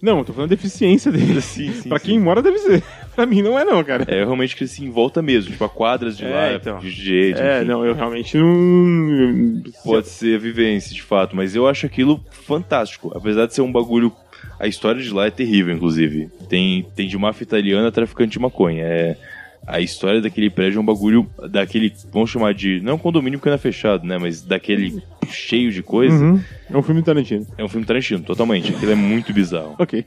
Speaker 2: não, eu tô falando da eficiência dele.
Speaker 3: Sim, sim,
Speaker 2: pra
Speaker 3: sim.
Speaker 2: quem mora deve ser. pra mim não é não, cara.
Speaker 3: É, eu realmente cresci em volta mesmo, tipo, a quadras de
Speaker 2: É,
Speaker 3: lá,
Speaker 2: então.
Speaker 3: de jeito,
Speaker 2: É,
Speaker 3: enfim.
Speaker 2: não, eu realmente não.
Speaker 3: Pode ser a vivência, de fato, mas eu acho aquilo fantástico. Apesar de ser um bagulho. A história de lá é terrível, inclusive. Tem, tem de máfia italiana a traficante de maconha. É. A história daquele prédio é um bagulho daquele, vamos chamar de, não condomínio porque não é fechado, né, mas daquele cheio de coisa.
Speaker 2: Uhum. É um filme do Tarantino.
Speaker 3: É um filme Tarantino, totalmente. Aquilo é muito bizarro.
Speaker 2: Ok.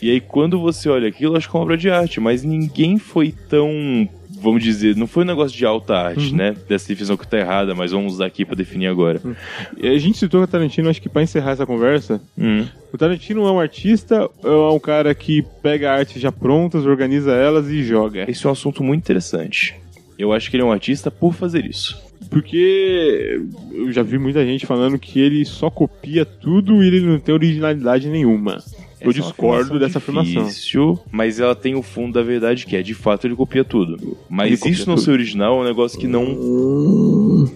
Speaker 3: E aí, quando você olha aquilo, acho que é uma obra de arte, mas ninguém foi tão. Vamos dizer, não foi um negócio de alta arte, né? Dessa definição que tá errada, mas vamos usar aqui pra definir agora.
Speaker 2: E A gente citou o Tarantino, acho que pra encerrar essa conversa.
Speaker 3: Hum.
Speaker 2: O Tarantino é um artista ou é um cara que pega artes já prontas, organiza elas e joga?
Speaker 3: Esse é um assunto muito interessante. Eu acho que ele é um artista por fazer isso.
Speaker 2: Porque eu já vi muita gente falando que ele só copia tudo e ele não tem originalidade nenhuma. eu
Speaker 3: Essa é uma
Speaker 2: discordo dessa afirmação.
Speaker 3: difícil, Mas ela tem o fundo da verdade, que é de fato ele copia tudo.
Speaker 2: Ele
Speaker 3: Mas
Speaker 2: copia
Speaker 3: isso não
Speaker 2: tudo.
Speaker 3: ser original é um negócio que não.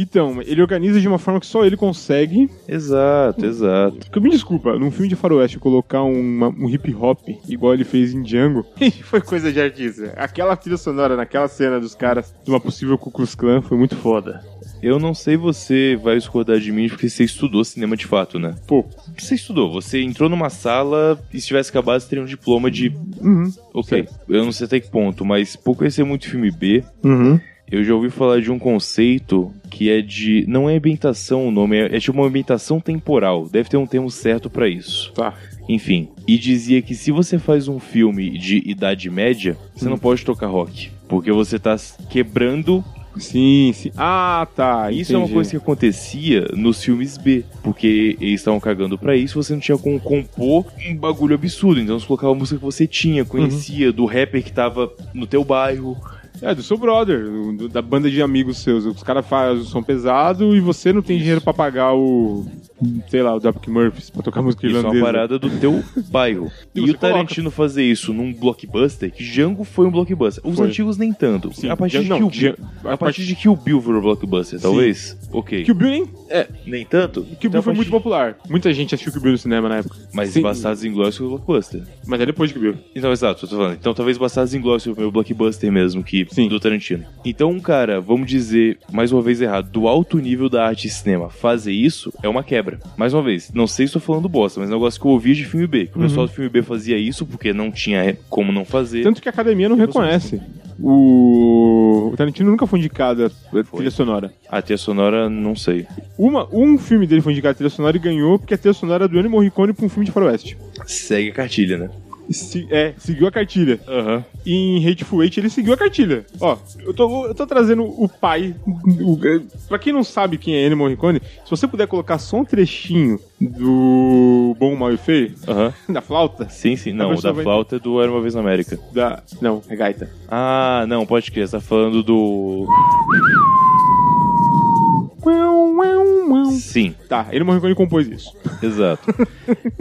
Speaker 2: Então, ele organiza de uma forma que só ele consegue.
Speaker 3: Exato, exato.
Speaker 2: Porque, me desculpa, num filme de faroeste colocar uma- um hip hop igual ele fez em Django foi coisa de artista. Aquela trilha sonora naquela cena dos caras de uma possível Ku Klux Klan foi muito foda.
Speaker 3: Eu não sei você vai discordar de mim porque você estudou cinema de fato, né?
Speaker 2: Pô,
Speaker 3: O que você estudou? Você entrou numa sala e se tivesse acabado, você teria um diploma de.
Speaker 2: uhum,
Speaker 3: Ok, eu não sei até que ponto, mas por conhecer muito filme B,
Speaker 2: uhum.
Speaker 3: eu já ouvi falar de um conceito que é de. Não é ambientação o nome, é, é tipo uma ambientação temporal. Deve ter um termo certo pra isso.
Speaker 2: Tá.
Speaker 3: Enfim, e dizia que se você faz um filme de Idade Média, você não pode tocar rock. Porque você tá quebrando
Speaker 2: Sim, sim. Ah, tá.
Speaker 3: isso é uma
Speaker 2: entendi.
Speaker 3: coisa que acontecia nos filmes B, porque eles estavam cagando pra isso, você não tinha como compor um bagulho absurdo, então você colocava a música que você tinha, conhecia, do rapper que tava no teu bairro.
Speaker 2: É, do seu brother, do- do- da banda de amigos seus. Os caras fazem o som pesado e você não tem dinheiro pra pagar o sei lá, o Dropkick Murphys pra tocar música
Speaker 3: Isso é uma
Speaker 2: irlandesa.
Speaker 3: parada do teu bairro.
Speaker 2: E
Speaker 3: E,
Speaker 2: você
Speaker 3: o Tarantino fazer isso num blockbuster, que Django foi um blockbuster. Os
Speaker 2: Foi.
Speaker 3: antigos nem tanto.
Speaker 2: Sim,
Speaker 3: a partir de
Speaker 2: Django- não,
Speaker 3: Kill Bill.
Speaker 2: Django- a
Speaker 3: A partir de Kill Bill virou blockbuster, talvez. Ok.
Speaker 2: Que o Bill nem.
Speaker 3: Então
Speaker 2: É,
Speaker 3: Nem tanto?
Speaker 2: que o Bill
Speaker 3: Então,
Speaker 2: foi
Speaker 3: a
Speaker 2: muito
Speaker 3: partir-
Speaker 2: popular. Muita gente assistiu que o Bill no cinema na época.
Speaker 3: Mas
Speaker 2: Sim.
Speaker 3: Bastardos Inglórios foi um blockbuster.
Speaker 2: Mas é depois que o Bill.
Speaker 3: Então, exato, eu tô falando. Então, talvez Bastardos Inglórios foi o meu blockbuster mesmo, que
Speaker 2: Sim.
Speaker 3: do Tarantino. Então, cara, vamos dizer, mais uma vez errado, do alto nível da arte e cinema, fazer isso é uma quebra. Mais uma vez, não sei se tô falando bosta, mas é um negócio que eu ouvia de filme B. Que o pessoal do filme B fazia isso porque não tinha como não fazer.
Speaker 2: Tanto que a academia não reconhece. O... o Tarantino nunca foi indicado a trilha sonora.
Speaker 3: A trilha sonora, não sei.
Speaker 2: Uma, um filme dele foi indicado a trilha sonora e ganhou porque a trilha sonora era do Ennio Morricone pra um filme de faroeste.
Speaker 3: Segue a cartilha, né?
Speaker 2: Se- é, seguiu a cartilha.
Speaker 3: Aham.
Speaker 2: E em Hateful Eight ele seguiu a cartilha. Ó, eu tô, eu tô trazendo o pai. O, é, pra quem não sabe quem é Ennio Morricone, se você puder colocar só um trechinho do Bom, Mal e Feio,
Speaker 3: Aham.
Speaker 2: da flauta,
Speaker 3: Sim, sim.
Speaker 2: A
Speaker 3: Não, o
Speaker 2: pessoa
Speaker 3: da
Speaker 2: vai-
Speaker 3: flauta é do Era Uma Vez na América.
Speaker 2: da... Não, é gaita.
Speaker 3: Ah, não, pode crer. Você tá falando do... Sim.
Speaker 2: Tá, Ennio Morricone compôs isso.
Speaker 3: Exato.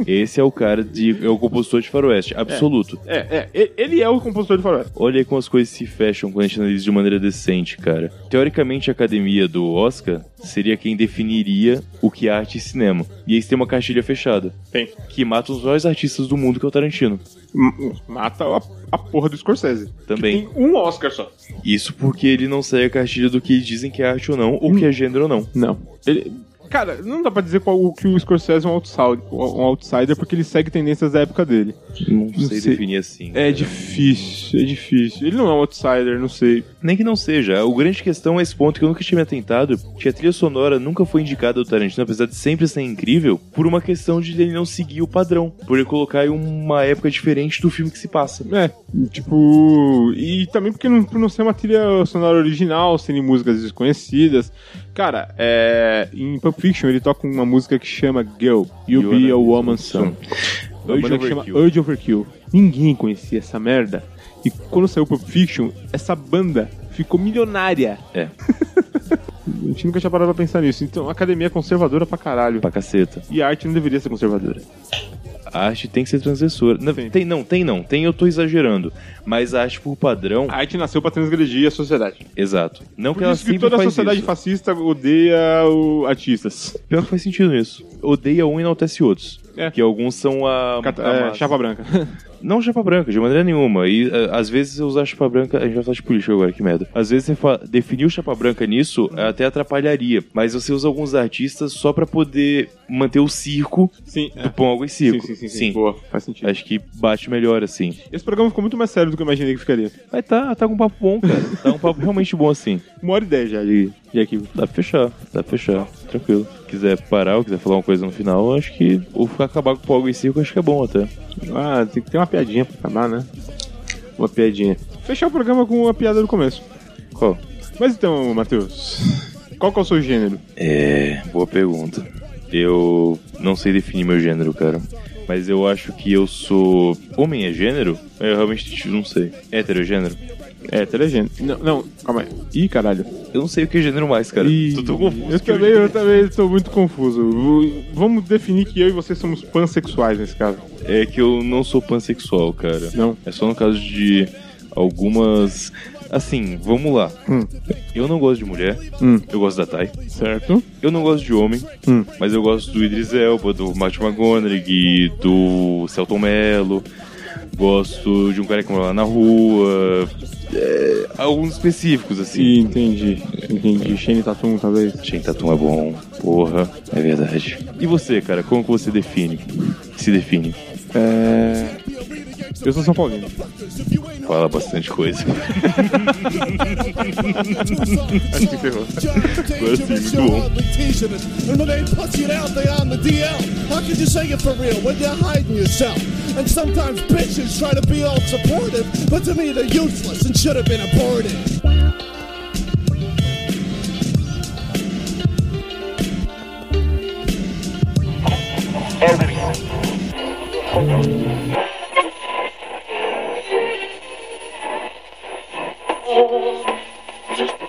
Speaker 3: Esse é o cara de. É o compositor de Faroeste, absoluto.
Speaker 2: É, é, e- ele é o compositor de faroeste.
Speaker 3: Olha aí como as coisas se fecham quando a gente analisa de maneira decente, cara. Teoricamente, a academia do Oscar seria quem definiria o que é arte e cinema. E aí você tem uma cartilha fechada.
Speaker 2: Tem.
Speaker 3: Que mata os maiores artistas do mundo, que é o Tarantino.
Speaker 2: M- Mata a, a porra do Scorsese.
Speaker 3: Também.
Speaker 2: Que tem um Oscar só.
Speaker 3: Isso porque ele não segue a cartilha do que dizem que é arte ou não, ou que é gênero ou não.
Speaker 2: Não. Ele- Cara, não dá pra dizer qual, o- que o Scorsese é um outsider, um outsider porque ele segue tendências da época dele.
Speaker 3: Não sei,
Speaker 2: sei.
Speaker 3: definir assim.
Speaker 2: É difícil, é difícil. Ele não é um outsider, não sei.
Speaker 3: Nem que não seja. O grande questão é esse ponto que eu nunca tinha me atentado, que a trilha sonora nunca foi indicada ao Tarantino, apesar de sempre ser incrível, por uma questão de ele não seguir o padrão, por ele colocar em uma época diferente do filme que se passa.
Speaker 2: É, tipo. E também porque não, por não ser uma trilha sonora original, sendo músicas desconhecidas. Cara, é, em Pulp Fiction ele toca uma música que chama Girl, You,
Speaker 3: You
Speaker 2: Be
Speaker 3: Are
Speaker 2: a
Speaker 3: a
Speaker 2: Woman's Son.
Speaker 3: Son.
Speaker 2: Uma
Speaker 3: Urge
Speaker 2: banda que chama
Speaker 3: Overkill.
Speaker 2: Urge Overkill. Ninguém conhecia essa merda. E quando saiu Pulp Fiction, essa banda ficou milionária.
Speaker 3: É.
Speaker 2: A gente nunca tinha parado pra pensar nisso. Então a academia é conservadora pra caralho.
Speaker 3: Pra caceta.
Speaker 2: E a arte não deveria ser conservadora.
Speaker 3: A arte tem que ser transgressora. Não,
Speaker 2: Sim.
Speaker 3: tem não, tem não. Tem eu tô exagerando. Mas a arte por padrão...
Speaker 2: A arte nasceu pra transgredir a sociedade.
Speaker 3: Exato. Não que
Speaker 2: Ah. Por
Speaker 3: ela
Speaker 2: isso que
Speaker 3: sempre
Speaker 2: toda a
Speaker 3: faz
Speaker 2: sociedade
Speaker 3: isso.
Speaker 2: fascista odeia o artistas.
Speaker 3: Pior que faz sentido nisso. Odeia um e enaltece outros.
Speaker 2: É.
Speaker 3: Que alguns são a...
Speaker 2: Cata-
Speaker 3: a
Speaker 2: é,
Speaker 3: massa.
Speaker 2: chapa branca.
Speaker 3: Não chapa branca, de maneira nenhuma. E eh, às vezes usar chapa branca. A gente vai falar de política agora, que merda. Às vezes você fa- definir o chapa branca nisso eh, até atrapalharia. Mas você usa alguns artistas só pra poder manter o circo É
Speaker 2: Sim,
Speaker 3: do pão, água e circo.
Speaker 2: Boa, faz sentido.
Speaker 3: Acho que bate melhor assim.
Speaker 2: Esse programa ficou muito mais sério do que eu imaginei que ficaria.
Speaker 3: Mas tá, tá com um papo bom, cara. Tá um papo realmente bom assim.
Speaker 2: Uma hora e dez já de, de arquivo.
Speaker 3: Dá pra fechar, dá pra fechar. Tranquilo. Quiser parar ou quiser falar uma coisa no final, acho que. Ou ficar acabar com o pão, água e circo, acho que é bom até.
Speaker 2: Ah, tem que ter uma piadinha pra acabar, né? Uma piadinha. Fechar o programa com a piada do começo.
Speaker 3: Qual?
Speaker 2: Mas então, Matheus, qual que é o seu gênero?
Speaker 3: É, boa pergunta. Eu não sei definir meu gênero, cara. Mas eu acho que eu sou. Homem é gênero? Eu realmente não sei. Hétero é gênero?
Speaker 2: É, telegênero. Não, não, calma aí. Ih, caralho.
Speaker 3: Eu não sei o que é gênero mais, cara.
Speaker 2: Ih,
Speaker 3: Tô tão confuso.
Speaker 2: Eu
Speaker 3: que
Speaker 2: também, eu também tô muito confuso. V- Vamos definir que eu e você somos pansexuais nesse caso.
Speaker 3: É que eu não sou pansexual, cara.
Speaker 2: Não.
Speaker 3: É só no caso de algumas. Assim, vamos lá.
Speaker 2: Hum.
Speaker 3: Eu não gosto de mulher.
Speaker 2: Hum.
Speaker 3: Eu gosto da Thay.
Speaker 2: Certo?
Speaker 3: Eu não gosto de homem,
Speaker 2: Hum.
Speaker 3: mas eu gosto do Idris Elba, do Matthew McGonaghy, do Celton Mello. Gosto de um cara que mora lá na rua. é, alguns específicos, assim.
Speaker 2: Sim, entendi. Entendi. Shane Tatum, talvez.
Speaker 3: Gente, Tatum é bom. Porra, é verdade. E você, cara, como que você define? Se define?
Speaker 2: É... Eu sou São Paulino.
Speaker 3: Fala bastante coisa.
Speaker 2: Acho que ferrou.
Speaker 5: Agora sim, muito bom. And when they put you out there on the DL, how could you say it for real when you're hiding yourself? And sometimes bitches try to be all supportive, but to me they're useless and should have been aborted.
Speaker 6: Just